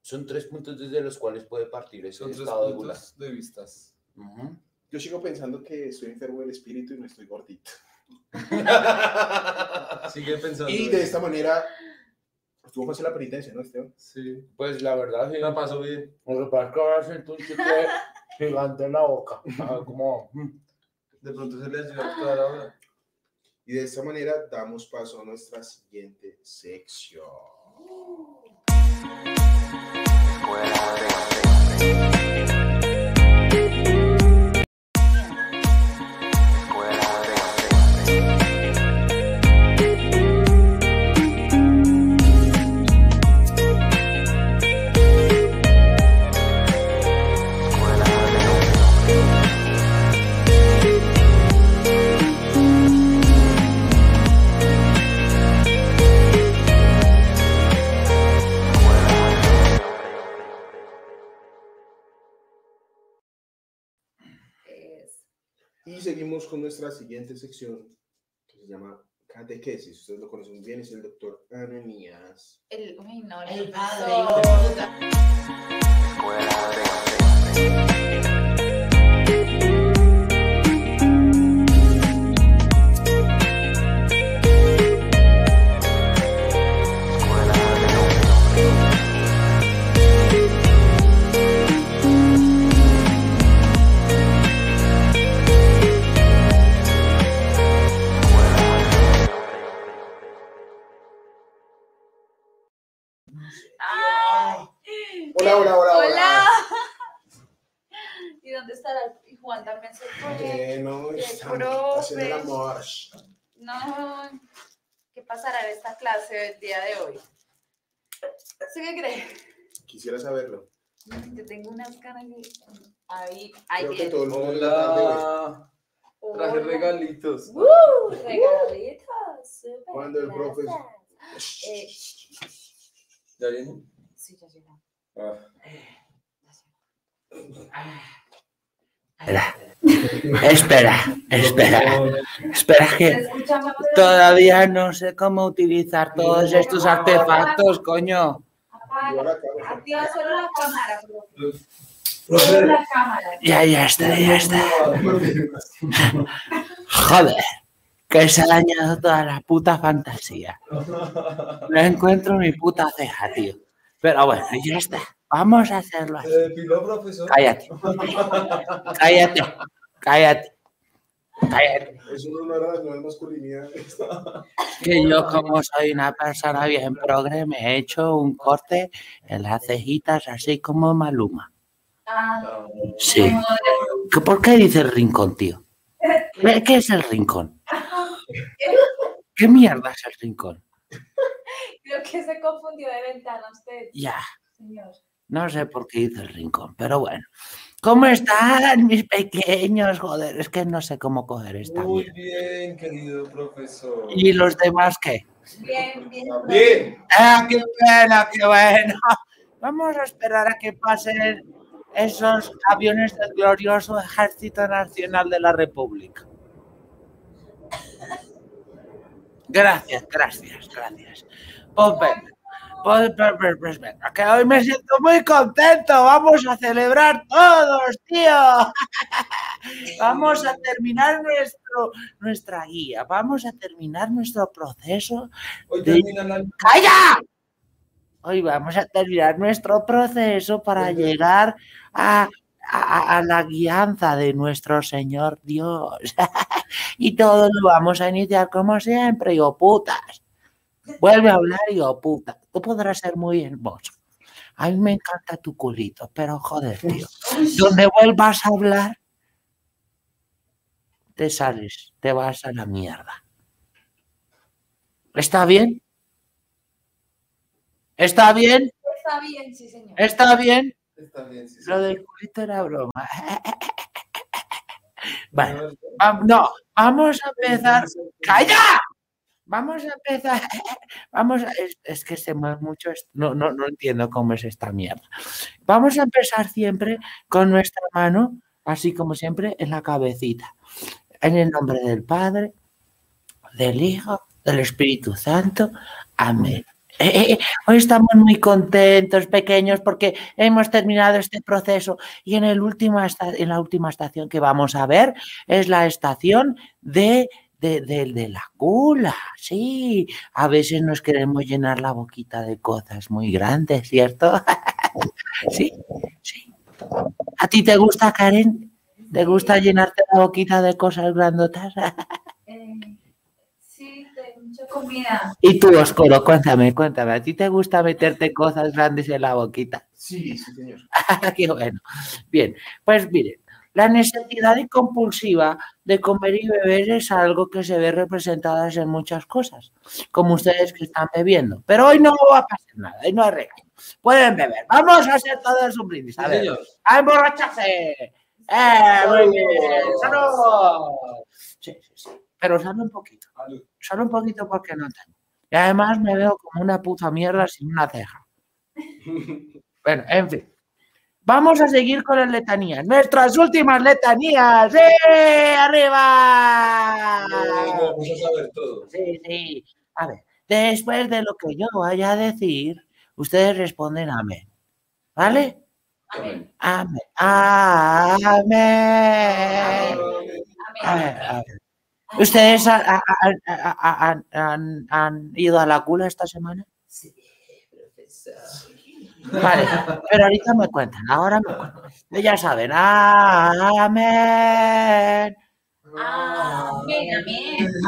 Speaker 3: son tres puntos desde los cuales puede partir ese
Speaker 4: Son tres
Speaker 3: estado de gula.
Speaker 4: puntos de vistas.
Speaker 3: Ujú.
Speaker 2: Yo sigo pensando que estoy enfermo del espíritu y no estoy gordito.
Speaker 4: Sigue pensando.
Speaker 2: Y
Speaker 4: en-
Speaker 2: de esta manera, estuvo fácil la penitencia, ¿no, Esteban?
Speaker 4: Sí.
Speaker 3: Pues la verdad, sí.
Speaker 4: La pasó bien.
Speaker 3: Lo que pasa es que ahora siento un chicle gigante en la boca. Ah, Como,
Speaker 4: De pronto se le ayudó a actuar ahora.
Speaker 2: Y de esta manera damos paso a nuestra siguiente sección.
Speaker 1: Es-
Speaker 2: Y seguimos con nuestra siguiente sección, que se llama catequesis. Ustedes lo conocen bien, es el doctor Ananías.
Speaker 1: el, uy, no,
Speaker 5: El
Speaker 1: el
Speaker 5: padre.
Speaker 1: ¡Ay!
Speaker 2: Hola, hola, hola, hola.
Speaker 1: Ah, Hola. dónde estará? Y Juan también se fue.
Speaker 2: Eh, no,
Speaker 1: Qué
Speaker 2: están haciendo el
Speaker 1: profes.
Speaker 2: amor.
Speaker 1: No, ¿qué pasará en esta clase del día de hoy? ¿Sí que crees?
Speaker 2: Quisiera saberlo.
Speaker 1: Yo tengo unas ganas de... Ahí, ahí
Speaker 2: Creo que
Speaker 1: viene. Oh,
Speaker 2: todo el mundo en la tarde, hoy.
Speaker 4: Hola. Traje
Speaker 1: Hola.
Speaker 4: regalitos.
Speaker 1: ¡Uh! Regalitos. súper,
Speaker 2: Cuando el profe-
Speaker 1: gracias. Eh,
Speaker 4: ¿Ya vienen?
Speaker 1: sí, ya llegó. Eh,
Speaker 4: Ah.
Speaker 5: Espera, espera, espera
Speaker 1: Se
Speaker 5: que
Speaker 1: escucha más, pero-
Speaker 5: todavía no sé cómo utilizar todos estos artefactos, coño.
Speaker 2: Y
Speaker 1: Apaga.
Speaker 2: ahora acá,
Speaker 1: Activa solo la cámara, profe. Solo
Speaker 4: Profe,
Speaker 1: la cámara.
Speaker 5: Ya, ya está, ya está. Joder, que se ha dañado toda la puta fantasía. No encuentro mi puta ceja, tío. Pero bueno, ya está. Vamos a hacerlo así.
Speaker 4: eh, piló, profesor.
Speaker 5: Cállate. Cállate. Cállate. Cállate.
Speaker 2: Es un honor a las nuevas masculinidades.
Speaker 5: Que yo, como soy una persona bien progre, me he hecho un corte en las cejitas, así como Maluma.
Speaker 1: Ah,
Speaker 5: Sí.
Speaker 1: no, ya-
Speaker 5: ¿Qué- ¿Por qué dices rincón, tío? ¿Qué, qué es el rincón? ¿Qué mierda es el rincón?
Speaker 1: creo que se confundió de ventana usted,
Speaker 5: Ya,
Speaker 1: señor.
Speaker 5: no sé por qué dices rincón, pero bueno. ¿Cómo están mis pequeños? Joder, es que no sé cómo coger esta
Speaker 4: Muy
Speaker 5: mierda.
Speaker 4: bien, querido profesor.
Speaker 5: ¿Y los demás qué?
Speaker 1: Bien, bien.
Speaker 4: Bien.
Speaker 5: ¡Ah, qué bueno, qué bueno! Vamos a esperar a que pasen esos aviones del glorioso Ejército Nacional de la República. Gracias, gracias, gracias. Pues venga, pues, pues, pues, pues venga, que hoy me siento muy contento. Vamos a celebrar todos, tío. Vamos a terminar nuestro, nuestra guía, vamos a terminar nuestro proceso
Speaker 4: Hoy
Speaker 5: Sí.
Speaker 4: termina la
Speaker 5: ¡Calla! Hoy vamos a terminar nuestro proceso para llegar a, a- a la guianza de nuestro Señor Dios. y todo lo vamos a iniciar como siempre, yo putas. Vuelve a hablar, yo puta. Tú podrás ser muy hermoso. A mí me encanta tu culito, pero joder, tío. Donde vuelvas a hablar, te sales, te vas a la mierda. ¿Está bien? ¿Está bien?
Speaker 1: Está bien, sí, señor.
Speaker 5: ¿Está bien?
Speaker 4: Está bien, sí, sí.
Speaker 5: Lo del culito era broma. Vale,
Speaker 4: Bueno,
Speaker 5: va- no, vamos a empezar. ¡Calla! Vamos a empezar. Vamos a- es, es que se mueve mucho. esto, No, no, no entiendo cómo es esta mierda. Vamos a empezar siempre con nuestra mano, así como siempre, en la cabecita. En el nombre del Padre, del Hijo, del Espíritu Santo. Amén. Eh, eh, eh, hoy estamos muy contentos, pequeños, porque hemos terminado este proceso y en, el última esta- en la última estación que vamos a ver es la estación de de, de- de la gula, sí. A veces nos queremos llenar la boquita de cosas muy grandes, ¿cierto? sí, sí. ¿A ti te gusta, Karen? ¿Te gusta llenarte la boquita de cosas grandotas?
Speaker 1: Eh, sí, de mucha comida.
Speaker 5: y tú, Oscuro, cuéntame, cuéntame. ¿A ti te gusta meterte cosas grandes en la boquita?
Speaker 2: Sí, sí, señor.
Speaker 5: Qué bueno. Bien, pues miren, la necesidad y compulsiva de comer y beber es algo que se ve representada en muchas cosas, como ustedes que están bebiendo. Pero hoy no va a pasar nada, hoy no hay regalo. Pueden beber. Vamos a hacer todos un brindis. A
Speaker 4: sí,
Speaker 5: ver,
Speaker 4: señor.
Speaker 5: a Ah, emborracharse. ¡Eh, muy bien! ¡Salud! Sí, sí, sí. Pero solo un poquito. Solo un poquito porque no tengo. Y además me veo como una puta mierda sin una ceja. Bueno, en fin. Vamos a seguir con las letanías. Nuestras últimas letanías. ¡Sí! ¡Arriba!
Speaker 4: Luego Vamos a saber todo.
Speaker 5: Sí, sí. A ver, después de lo que yo vaya a decir, ustedes responden amén. ¿Vale?
Speaker 1: Amén.
Speaker 5: Amén. Amén. A
Speaker 1: Amén.
Speaker 5: ver, a ver. ¿Ustedes ha- ha- ha- ha- ha- han, han- han ido a la cula esta semana? Vale, pero ahorita me cuentan, ahora me cuentan. Ya saben, amén.
Speaker 4: Ah.
Speaker 1: Amén,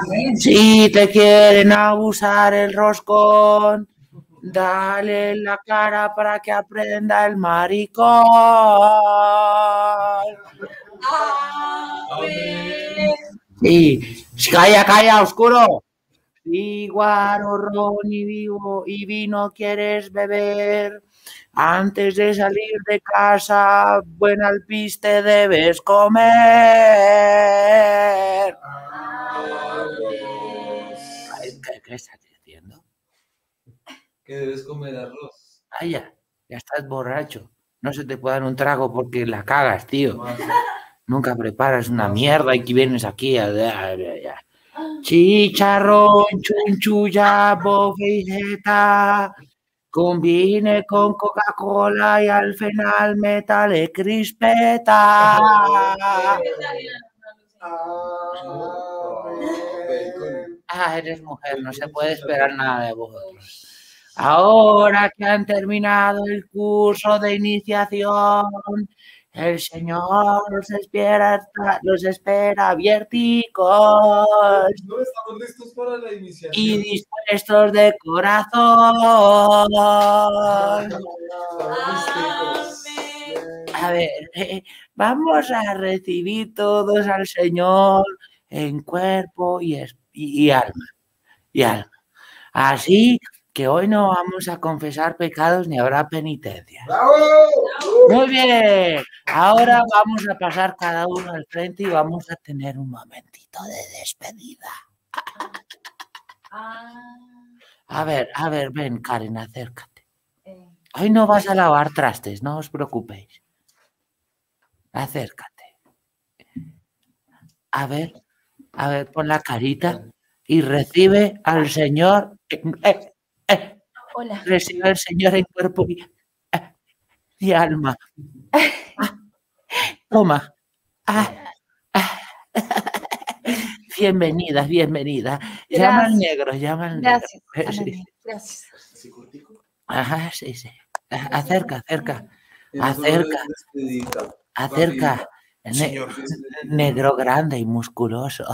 Speaker 1: amén.
Speaker 5: Si te quieren abusar el roscón, Dale en la cara para que aprenda el maricón.
Speaker 4: Ah,
Speaker 1: Ave.
Speaker 5: Y calla, calla, oscuro. Iguaro, ron y vivo y vino quieres beber. Antes de salir de casa, buen alpiste debes comer. Ay, ¿Qué, qué estás diciendo?
Speaker 4: Que debes comer arroz.
Speaker 5: Calla, ya estás borracho. No se te puede dar un trago porque la cagas, tío. Nunca preparas una mierda y que vienes aquí a... a- a- a- Chicharrón, chunchulla, bofijeta, combine con Coca-Cola y al final metale crispeta. Ah, eres mujer, no se puede esperar nada de vosotros. Ahora que han terminado el curso de iniciación, el Señor los espera, los espera abierticos
Speaker 4: No estamos listos para la iniciación.
Speaker 5: y dispuestos de corazón.
Speaker 4: Ah,
Speaker 5: A ver, eh, vamos a recibir todos al Señor en cuerpo y, es- y- y alma. Y alma. Así que hoy no vamos a confesar pecados ni habrá penitencia. Muy bien. Ahora vamos a pasar cada uno al frente y vamos a tener un momentito de despedida.
Speaker 1: Ah,
Speaker 5: A ver, a ver, ven, Karen, acércate.
Speaker 1: eh,
Speaker 5: Hoy no vas a lavar trastes, no os preocupéis. Acércate. A ver, a ver, pon la carita y recibe al Señor. en- eh, eh,
Speaker 1: Hola.
Speaker 5: recibe al Señor en cuerpo y, eh, y alma. Ah, Toma. Ah, ah. Bienvenida, bienvenida. Llama al
Speaker 1: Gracias.
Speaker 5: negro, llama al negro.
Speaker 1: Gracias.
Speaker 5: Eh, sí.
Speaker 1: Anani, Gracias.
Speaker 2: ¿Así cortico?
Speaker 5: Ajá, sí, sí. A- Acerca, acerca, Acerca.
Speaker 4: Acerca.
Speaker 5: acerca. Ne-
Speaker 2: Señor.
Speaker 5: negro grande y musculoso.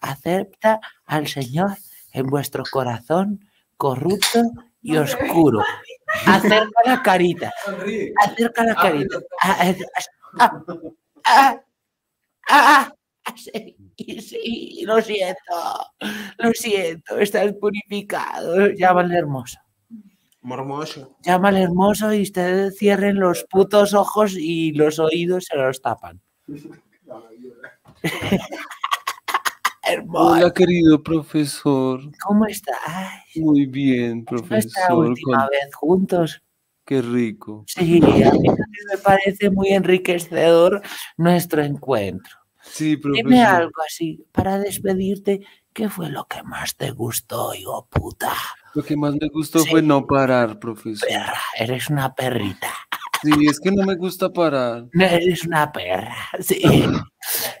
Speaker 5: Acepta al Señor en vuestro corazón corrupto y
Speaker 1: No me ve.
Speaker 5: oscuro. Acerca la carita,
Speaker 4: Sonríe.
Speaker 5: acerca la
Speaker 4: Abre
Speaker 5: carita.
Speaker 4: los
Speaker 5: Ah, es- ah, ah, ah, ah, sí, sí, lo siento, lo siento, estás purificado. Llámale hermoso.
Speaker 2: Mormoso.
Speaker 5: Llama al hermoso y ustedes cierren los putos ojos y los oídos se los tapan. Hermoso.
Speaker 4: Hola, querido profesor.
Speaker 5: ¿Cómo estás?
Speaker 4: Muy bien,
Speaker 5: Nuestra
Speaker 4: profesor.
Speaker 5: última
Speaker 4: Con-
Speaker 5: vez juntos.
Speaker 4: Qué rico.
Speaker 5: Sí, a mí también me parece muy enriquecedor nuestro encuentro.
Speaker 4: Sí,
Speaker 5: Dime
Speaker 4: profesor.
Speaker 5: algo así para despedirte. ¿Qué fue lo que más te gustó, hijo puta?
Speaker 4: Lo que más me gustó
Speaker 5: Sí.
Speaker 4: fue no parar, profesor.
Speaker 5: Perra, eres una perrita.
Speaker 4: Sí, es que no me gusta parar.
Speaker 5: No, Eres una perra, sí.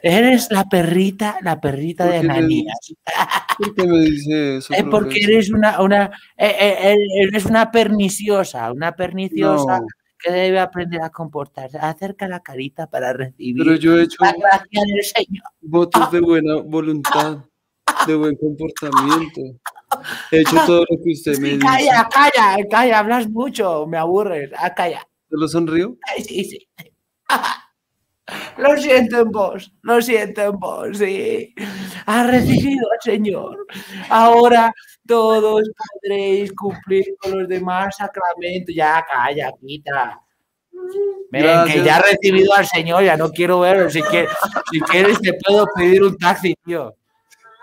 Speaker 5: Eres la perrita, la perrita de
Speaker 4: Porque me
Speaker 5: Ananías.
Speaker 4: ¿Por qué me dice eso?
Speaker 5: Eh, porque
Speaker 4: profesor?
Speaker 5: eres una, una eh, eh, eh, eres una perniciosa, una perniciosa
Speaker 4: No,
Speaker 5: que debe aprender a comportarse. Acerca la carita para recibir
Speaker 4: pero yo he hecho
Speaker 5: la gracia del Señor.
Speaker 4: votos
Speaker 5: Ah.
Speaker 4: de buena voluntad, de buen comportamiento. He hecho todo lo que usted me
Speaker 5: Ah. Sí,
Speaker 4: dice.
Speaker 5: calla, calla, calla, hablas mucho, me aburres. Ah, calla.
Speaker 4: ¿Solo sonrío?
Speaker 5: Ay, sí, sí. Lo siento en vos, lo siento en vos, sí. Has recibido al Señor. Ahora todos podréis cumplir con los demás sacramentos. Ya, calla, quita. Ven, que
Speaker 4: Gracias.
Speaker 5: ya has recibido al Señor, ya no quiero verlo. Si quieres, si quieres te puedo pedir un taxi, tío.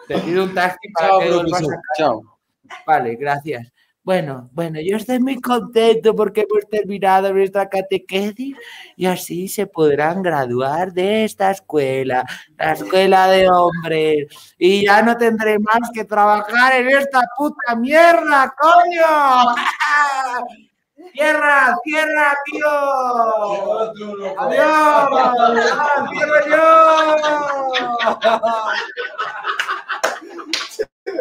Speaker 5: Te pido un taxi para
Speaker 4: Chao,
Speaker 5: que vuelvas a
Speaker 4: profesor. Chao.
Speaker 5: Vale, gracias. Bueno, bueno, yo estoy muy contento porque hemos terminado nuestra catequesis y así se podrán graduar de esta escuela, la escuela de hombres. Y ya no tendré más que trabajar en esta puta mierda, coño. ¡Cierra, cierra, tío! ¡Adiós! ¡Ah, cierro yo!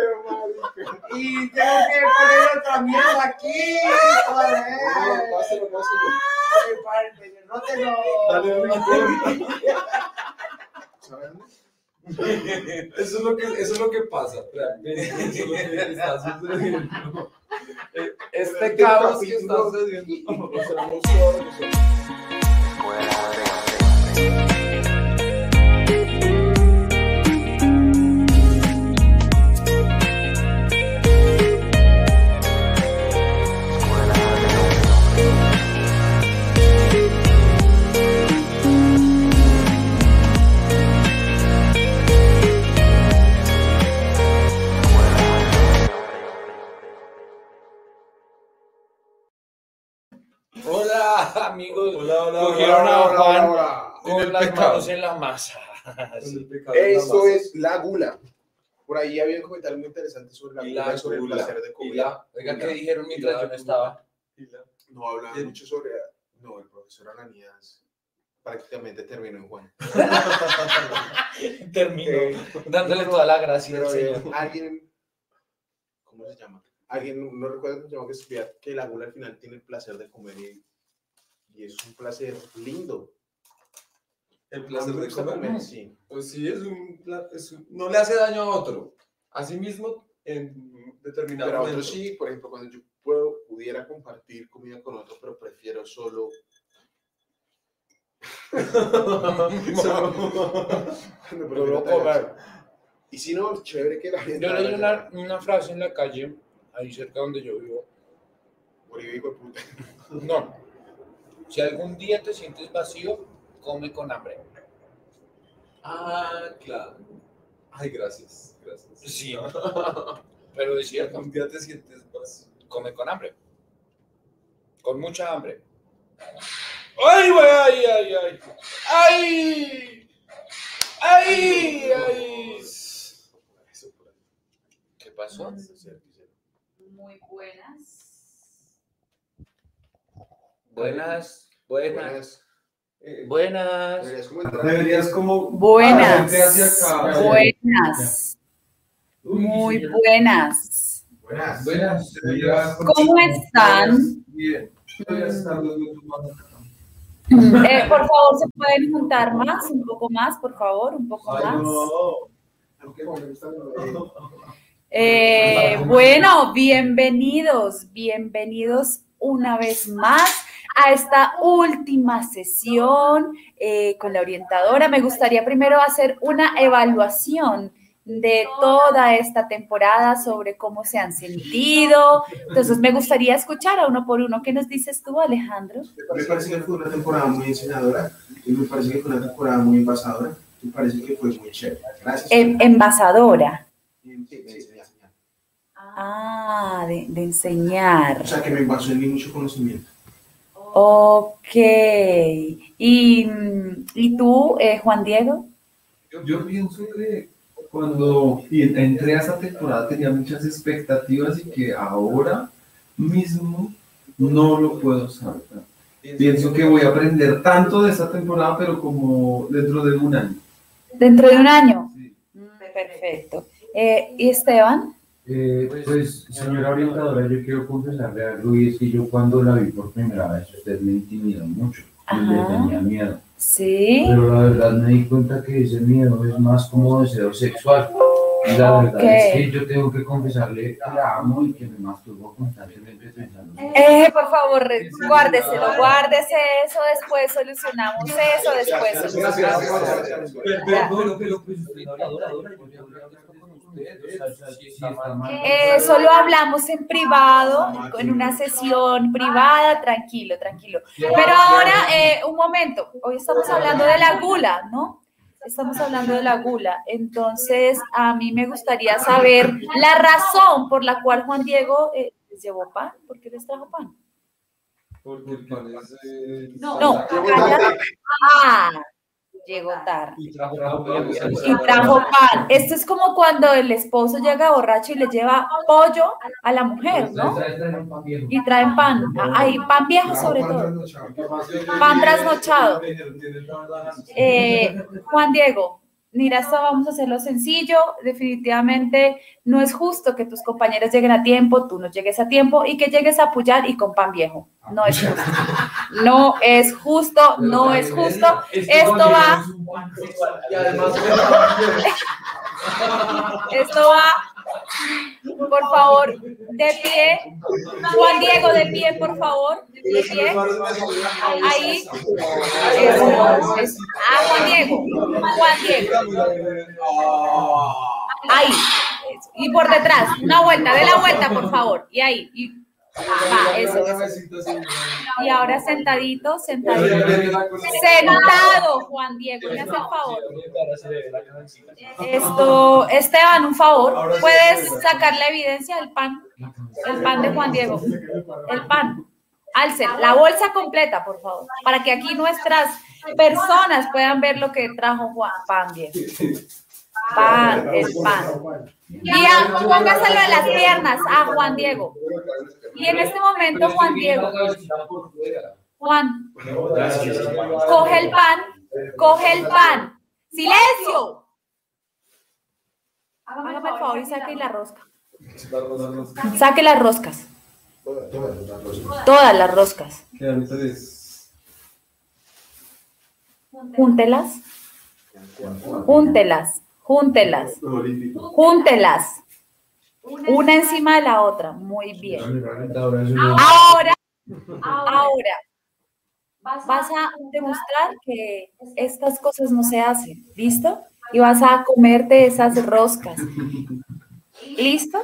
Speaker 5: Y tengo que poner otra mierda aquí, joder. Ay, padre, no te lo-
Speaker 2: Dale, dale.
Speaker 4: Eso es lo que, eso es lo que pasa. realmente, Eso es lo que está sucediendo. Este caos que está sucediendo.
Speaker 3: Hola, amigos.
Speaker 4: Hola, hola,
Speaker 3: Cogieron
Speaker 4: hola,
Speaker 3: a
Speaker 4: hola,
Speaker 3: Juan.
Speaker 4: hola, hola.
Speaker 3: Con
Speaker 4: el
Speaker 3: las
Speaker 4: pecado.
Speaker 3: manos en la masa.
Speaker 4: Con el pecado en la
Speaker 2: Eso
Speaker 4: masa.
Speaker 2: es la gula. Por ahí había un comentario muy interesante sobre la
Speaker 4: Y
Speaker 2: gula,
Speaker 4: la
Speaker 2: sobre el
Speaker 4: gula,
Speaker 2: placer de
Speaker 3: Y
Speaker 2: comer.
Speaker 3: la- Oiga, ¿qué dijeron mientras yo no estaba?
Speaker 4: Y la-
Speaker 2: No hablaba
Speaker 4: Bien.
Speaker 2: mucho sobre. No, el profesor Ananías prácticamente terminó en
Speaker 4: Ah,
Speaker 2: Juan.
Speaker 3: Termino
Speaker 2: Eh,
Speaker 3: dándole toda la gracia al
Speaker 2: pero había
Speaker 3: Señor.
Speaker 2: alguien. ¿Cómo se llama? Alguien, no recuerdo cómo se llama, que escribía que la gula al final tiene el placer de comer y, y es un placer lindo.
Speaker 4: El
Speaker 2: A mí
Speaker 4: placer
Speaker 2: me
Speaker 4: de
Speaker 2: gusta
Speaker 4: comer. ¿no?
Speaker 2: sí.
Speaker 4: Pues sí, es un, pla- es un- no le hace daño a otro. Asimismo, en determinado
Speaker 2: Pero a
Speaker 4: momento.
Speaker 2: otros sí, por ejemplo, cuando yo puedo, pudiera compartir comida con otros, pero prefiero solo. Solo
Speaker 3: Solo comer.
Speaker 2: Y si no, chévere que la gente.
Speaker 3: Yo leí
Speaker 2: hable,
Speaker 3: una, una frase en la calle, ahí cerca donde yo vivo.
Speaker 2: Bolivia, hijo de puta.
Speaker 3: No. Si algún día te sientes vacío, come con hambre.
Speaker 4: Ah, claro. Ay, gracias. Gracias.
Speaker 3: Sí. Pero es cierto,
Speaker 4: Un día te sientes más.
Speaker 3: come con hambre. Con mucha hambre. ¡Ay, güey! ¡Ay, ay, ay! ¡Ay! ¡Ay! ¡Ay!
Speaker 2: Eso por ahí.
Speaker 3: ¿Qué pasó?
Speaker 2: Eso es cierto, sí.
Speaker 6: Muy buenas.
Speaker 3: Buenas, buenas,
Speaker 2: Buenas. Eh,
Speaker 3: buenas.
Speaker 2: Deberías como entrar.
Speaker 4: Deberías como.
Speaker 6: Buenas.
Speaker 4: Ah, hacia acá.
Speaker 6: Buenas. Muy buenas.
Speaker 2: Buenas.
Speaker 4: Buenas. Deberías-
Speaker 6: ¿Cómo están?
Speaker 4: Bien. Deberías estar dos minutos más acá.
Speaker 6: Eh, por favor, ¿se pueden juntar más? Un poco más, por favor, un poco
Speaker 4: Ay,
Speaker 6: más.
Speaker 4: no.
Speaker 2: Aunque me gusta, pero, eh,
Speaker 6: Eh, bueno, bienvenidos, bienvenidos una vez más a esta última sesión eh, con la orientadora. Me gustaría primero hacer una evaluación de toda esta temporada sobre cómo se han sentido. Entonces, me gustaría escuchar a uno por uno. ¿Qué nos dices tú, Alejandro?
Speaker 7: Me parece que fue una temporada muy enseñadora y me parece que fue una temporada muy envasadora. Me parece que fue muy chévere. Gracias.
Speaker 6: Em- envasadora.
Speaker 7: Sí, sí, sí.
Speaker 6: Ah, de, de enseñar.
Speaker 7: O sea, que me envasó en mí mucho conocimiento.
Speaker 6: Ok. ¿Y, mm, ¿y tú, eh, Juan Diego?
Speaker 8: Yo pienso que cuando entré a esa temporada tenía muchas expectativas y que ahora mismo no lo puedo saltar. Pienso que voy a aprender tanto de esta temporada, pero como dentro de un año.
Speaker 6: Dentro de un año. Mm,
Speaker 8: Sí.
Speaker 6: Perfecto. Eh, ¿Y Esteban?
Speaker 9: Eh, pues, señora orientadora, yo quiero confesarle algo y es que yo cuando la vi por primera vez, usted me intimidó mucho y le
Speaker 6: Ajá.
Speaker 9: tenía miedo.
Speaker 6: Sí.
Speaker 9: Pero la verdad me di cuenta que ese miedo es más como deseo sexual. Y la verdad es que yo tengo que confesarle que la amo y que me masturbo constantemente pensando. en ella.
Speaker 6: Eh, por favor, re- guárdeselo, guárdese eso, después solucionamos eso, después
Speaker 2: Gracias,
Speaker 6: solucionamos
Speaker 2: gracias, gracias, gracias.
Speaker 4: Pero,
Speaker 6: Ya.
Speaker 4: pero, pero, pues,
Speaker 6: Eh, solo hablamos en privado, en una sesión privada, tranquilo, tranquilo. Pero ahora, eh, un momento, hoy estamos hablando de la gula, ¿no? Estamos hablando de la gula. Entonces, a mí me gustaría saber la razón por la cual Juan Diego eh, les llevó pan. ¿Por qué les trajo pan?
Speaker 4: Porque parece.
Speaker 6: No, no,
Speaker 2: Buenas.
Speaker 6: Ah, llegó tarde.
Speaker 4: Y trajo
Speaker 6: y trajo pan. Esto es como cuando el esposo llega borracho y le lleva pollo a la mujer, ¿no? Y traen pan. Hay pan
Speaker 4: Ah,
Speaker 6: viejo sobre todo. Pan trasnochado. Eh, Juan Diego, Nirasa, vamos a hacerlo sencillo. Definitivamente no es justo que tus compañeros lleguen a tiempo, tú no llegues a tiempo y que llegues a apoyar y con pan viejo. No es justo. No es justo, no es justo. Esto va. Esto va. Por favor, de pie. Juan Diego, de pie, por favor. De pie. Ahí. Eso, eso. Ah, Juan Diego. Juan Diego. Ahí. Eso. Y por detrás. Una vuelta, de la vuelta, por favor. Y ahí. Y, ajá, eso, eso. Y ahora sentadito, sentadito. Sentado, Juan Diego, me hace el favor. Esto, Esteban, un favor. ¿Puedes sacar la evidencia del pan? El pan de Juan Diego. El pan. Alcen, la bolsa completa, por favor, para que aquí nuestras personas puedan ver lo que trajo Juan Pan bien. Pan, el pan. Y a, póngaselo en las piernas a Juan Diego. Y en este momento, Juan Diego. Juan, coge el pan, coge el pan. ¡Silencio! Hágame el favor y saque la rosca. Saque las roscas. Todas las roscas. Júntelas. Júntelas. Júntelas. Júntelas. Una encima de la otra. Muy bien.
Speaker 9: Ah,
Speaker 6: Ahora, ahora, vas a demostrar que estas cosas no se hacen. ¿Listo? Y vas a comerte esas roscas. ¿Listo?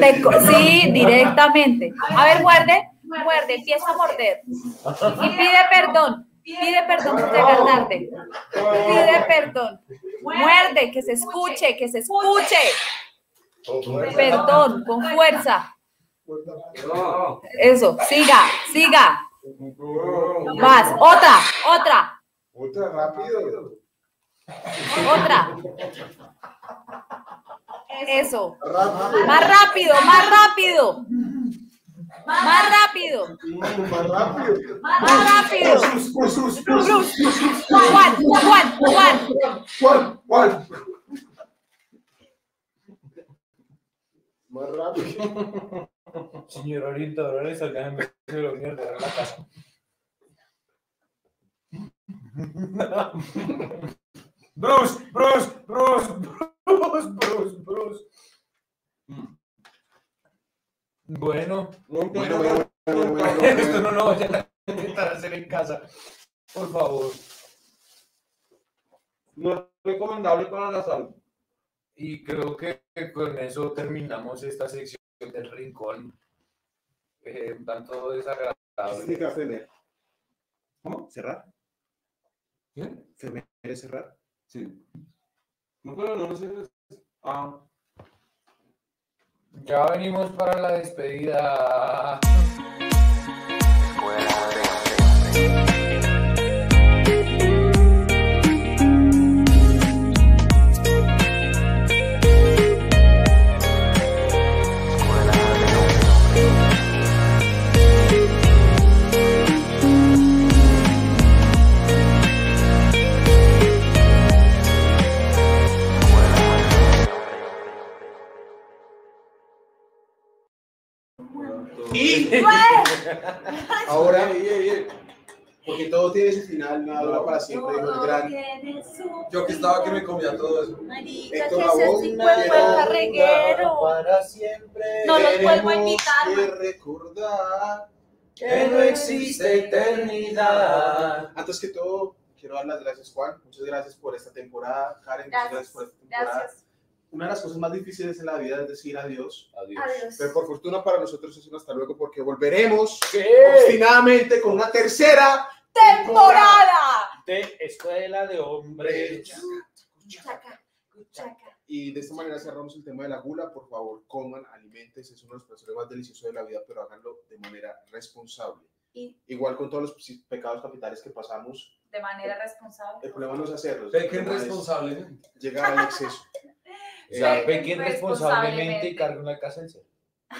Speaker 6: Te co- sí, directamente. A ver, muerde, muerde, empieza a morder. Y pide perdón, pide perdón por llegar tarde. Pide perdón. Muerde, que se escuche, que se escuche. Perdón, con fuerza. Eso, siga, siga. Más, otra, otra,
Speaker 2: Otra, rápido.
Speaker 6: otra. Eso. Más rápido, más rápido. Más rápido.
Speaker 2: Más rápido.
Speaker 6: Más rápido.
Speaker 2: Sus, sus, sus, sus.
Speaker 6: Plus. Juan, Juan, Juan.
Speaker 2: Juan, Juan. Más rápido.
Speaker 10: Señor ahorita, ahora le sacan el de los niños de la casa. Bruce, Bruce, Bruce, Bruce, Bruce, Bruce. Bueno,
Speaker 2: Bueno, bueno, bueno, bueno, bueno,
Speaker 10: esto
Speaker 2: bueno.
Speaker 10: no lo vayan a intentar hacer en casa. Por favor.
Speaker 4: No es recomendable para la salud.
Speaker 10: Y creo que con eso terminamos esta sección del rincón. Eh, un tanto desagradable.
Speaker 2: Significa femer.
Speaker 4: ¿Cómo? ¿Cerrar? ¿Bien?
Speaker 2: Femer es cerrar.
Speaker 4: Sí. No, pero no, no sé. Ah.
Speaker 10: Ya venimos para la despedida.
Speaker 2: Ahora, porque todo tiene su final, nada dura para siempre, dijo el gran
Speaker 4: Yo que estaba que me comía todo eso.
Speaker 2: Héctor Lavoe. Quiero
Speaker 6: carreguero.
Speaker 2: Para siempre.
Speaker 6: No los vuelvo a
Speaker 2: Tenemos
Speaker 6: invitar.
Speaker 2: que recordar
Speaker 10: Que no existe eternidad.
Speaker 2: Antes que todo, quiero dar las gracias, Juan. Muchas gracias por esta temporada. Karen, muchas gracias por
Speaker 1: pues,
Speaker 2: esta temporada. Una de las cosas más difíciles en la vida es decir adiós.
Speaker 1: Adiós.
Speaker 2: Pero por fortuna para nosotros es un hasta luego porque volveremos obstinadamente con una tercera
Speaker 6: ¡Temporada!
Speaker 10: De Escuela de Hombres.
Speaker 1: Chaca, chaca.
Speaker 2: Y de esta manera cerramos el tema de la gula. Por favor, coman, alimentes. Es uno de los placeres más deliciosos de la vida, pero háganlo de manera responsable.
Speaker 1: Y-
Speaker 2: Igual con todos los pe- pecados capitales que pasamos,
Speaker 1: De manera responsable.
Speaker 2: el problema no es hacerlos. el
Speaker 4: Pequen
Speaker 2: problema es
Speaker 4: responsablemente.
Speaker 2: Llegar al exceso.
Speaker 10: O sea,
Speaker 1: Sí,
Speaker 10: pequen responsablemente
Speaker 1: responsablemente.
Speaker 10: y carguen la casencia.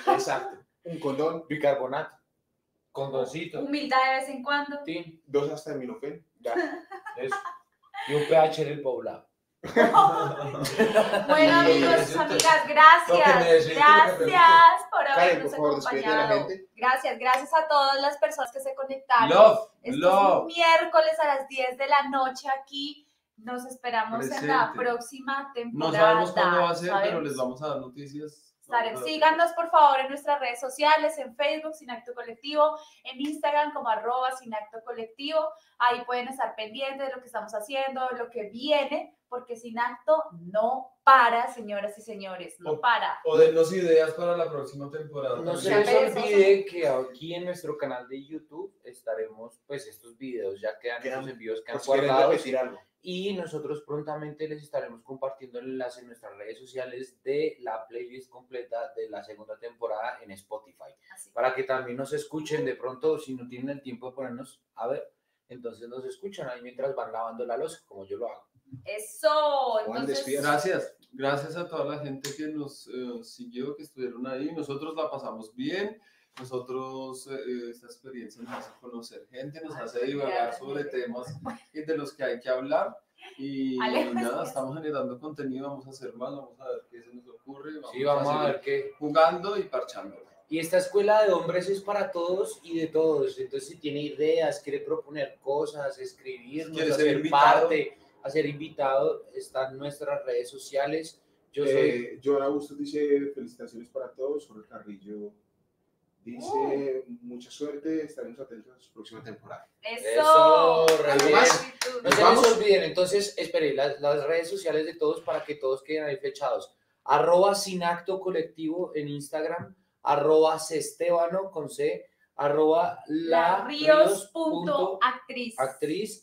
Speaker 2: Exacto. Un condón,
Speaker 10: Bicarbonato. Condoncito.
Speaker 1: Humildad de vez en cuando.
Speaker 10: Tin.
Speaker 2: dos hasta de minofen.
Speaker 9: Ya. Eso. Y un pH en el poblado.
Speaker 1: Bueno, amigos, amigas, gracias. Gracias por habernos acompañado. Gracias, gracias a todas las personas que se conectaron.
Speaker 4: Love,
Speaker 1: Este es un
Speaker 4: love.
Speaker 1: miércoles a las 10 de la noche aquí. Nos esperamos en la
Speaker 4: Presente.
Speaker 1: próxima temporada.
Speaker 4: No sabemos cuándo va a ser, pero
Speaker 1: Sabemos-
Speaker 4: les vamos a dar noticias.
Speaker 1: Estaremos- Síganos por favor en nuestras redes sociales, en Facebook Sin Acto Colectivo, en Instagram como arroba Sin Acto Colectivo. Ahí pueden estar pendientes de lo que estamos haciendo, lo que viene, porque Sin Acto no para, señoras y señores, no
Speaker 4: Ok.
Speaker 1: para.
Speaker 4: O dennos ideas para la próxima temporada.
Speaker 9: No se
Speaker 1: Ya
Speaker 9: les
Speaker 1: veremos.
Speaker 9: olvide que aquí en nuestro canal de YouTube estaremos, pues estos videos ya quedan
Speaker 2: Quedan-
Speaker 9: los envíos que han
Speaker 2: Por si quieren
Speaker 9: guardado.
Speaker 2: repetir algo.
Speaker 9: Y nosotros prontamente les estaremos compartiendo el enlace en nuestras redes sociales de la playlist completa de la segunda temporada en Spotify.
Speaker 1: Así.
Speaker 9: Para que también nos escuchen de pronto, si no tienen el tiempo de ponernos a ver, entonces nos escuchan ahí mientras van lavando la losa, como yo lo hago.
Speaker 1: Eso, entonces,
Speaker 2: despida.
Speaker 4: Gracias, gracias a toda la gente que nos eh, siguió, que estuvieron ahí. Nosotros la pasamos bien. Nosotros, eh, esta experiencia nos hace conocer gente, nos
Speaker 1: Ay,
Speaker 4: hace divagar
Speaker 1: gracias.
Speaker 4: sobre temas y de los que hay que hablar. Y
Speaker 1: Alejo,
Speaker 4: nada,
Speaker 1: gracias.
Speaker 4: estamos generando contenido, vamos a hacer más, vamos a ver qué se nos ocurre.
Speaker 9: Sí, vamos a
Speaker 4: seguir
Speaker 9: ver qué.
Speaker 4: Jugando y parchando.
Speaker 9: Y esta escuela de hombres es para todos y de todos. Entonces, si tiene ideas, quiere proponer cosas, escribirnos,
Speaker 4: ¿Quiere ser
Speaker 9: hacer
Speaker 4: invitado?
Speaker 9: parte, hacer invitado, están nuestras redes sociales. Yo soy
Speaker 2: Eh, Joan Augusto dice felicitaciones para todos. Jorge Carrillo dice mucha suerte. Estaremos atentos a su próxima temporada.
Speaker 1: eso.
Speaker 9: Eso,
Speaker 1: Así
Speaker 2: re
Speaker 1: es,
Speaker 9: No se
Speaker 2: Vamos.
Speaker 9: les olviden, entonces, esperen, las, las redes sociales de todos para que todos queden ahí fechados. Arroba sin acto colectivo en Instagram, arroba cestebano con C, arroba la, Ríos punto
Speaker 1: Laríos.actriz.
Speaker 9: actriz,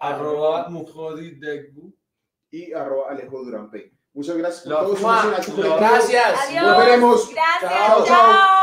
Speaker 4: Arroba
Speaker 9: arroba
Speaker 4: Mujodi Degu.
Speaker 2: Y arroba Alejo Durán P. Muchas gracias por
Speaker 4: Los
Speaker 2: todos.
Speaker 4: más,
Speaker 2: Somos Sin Acto
Speaker 4: los
Speaker 2: Colectivo.
Speaker 9: Gracias.
Speaker 1: Adiós.
Speaker 2: Nos veremos.
Speaker 1: Gracias,
Speaker 2: Chao.
Speaker 1: chao.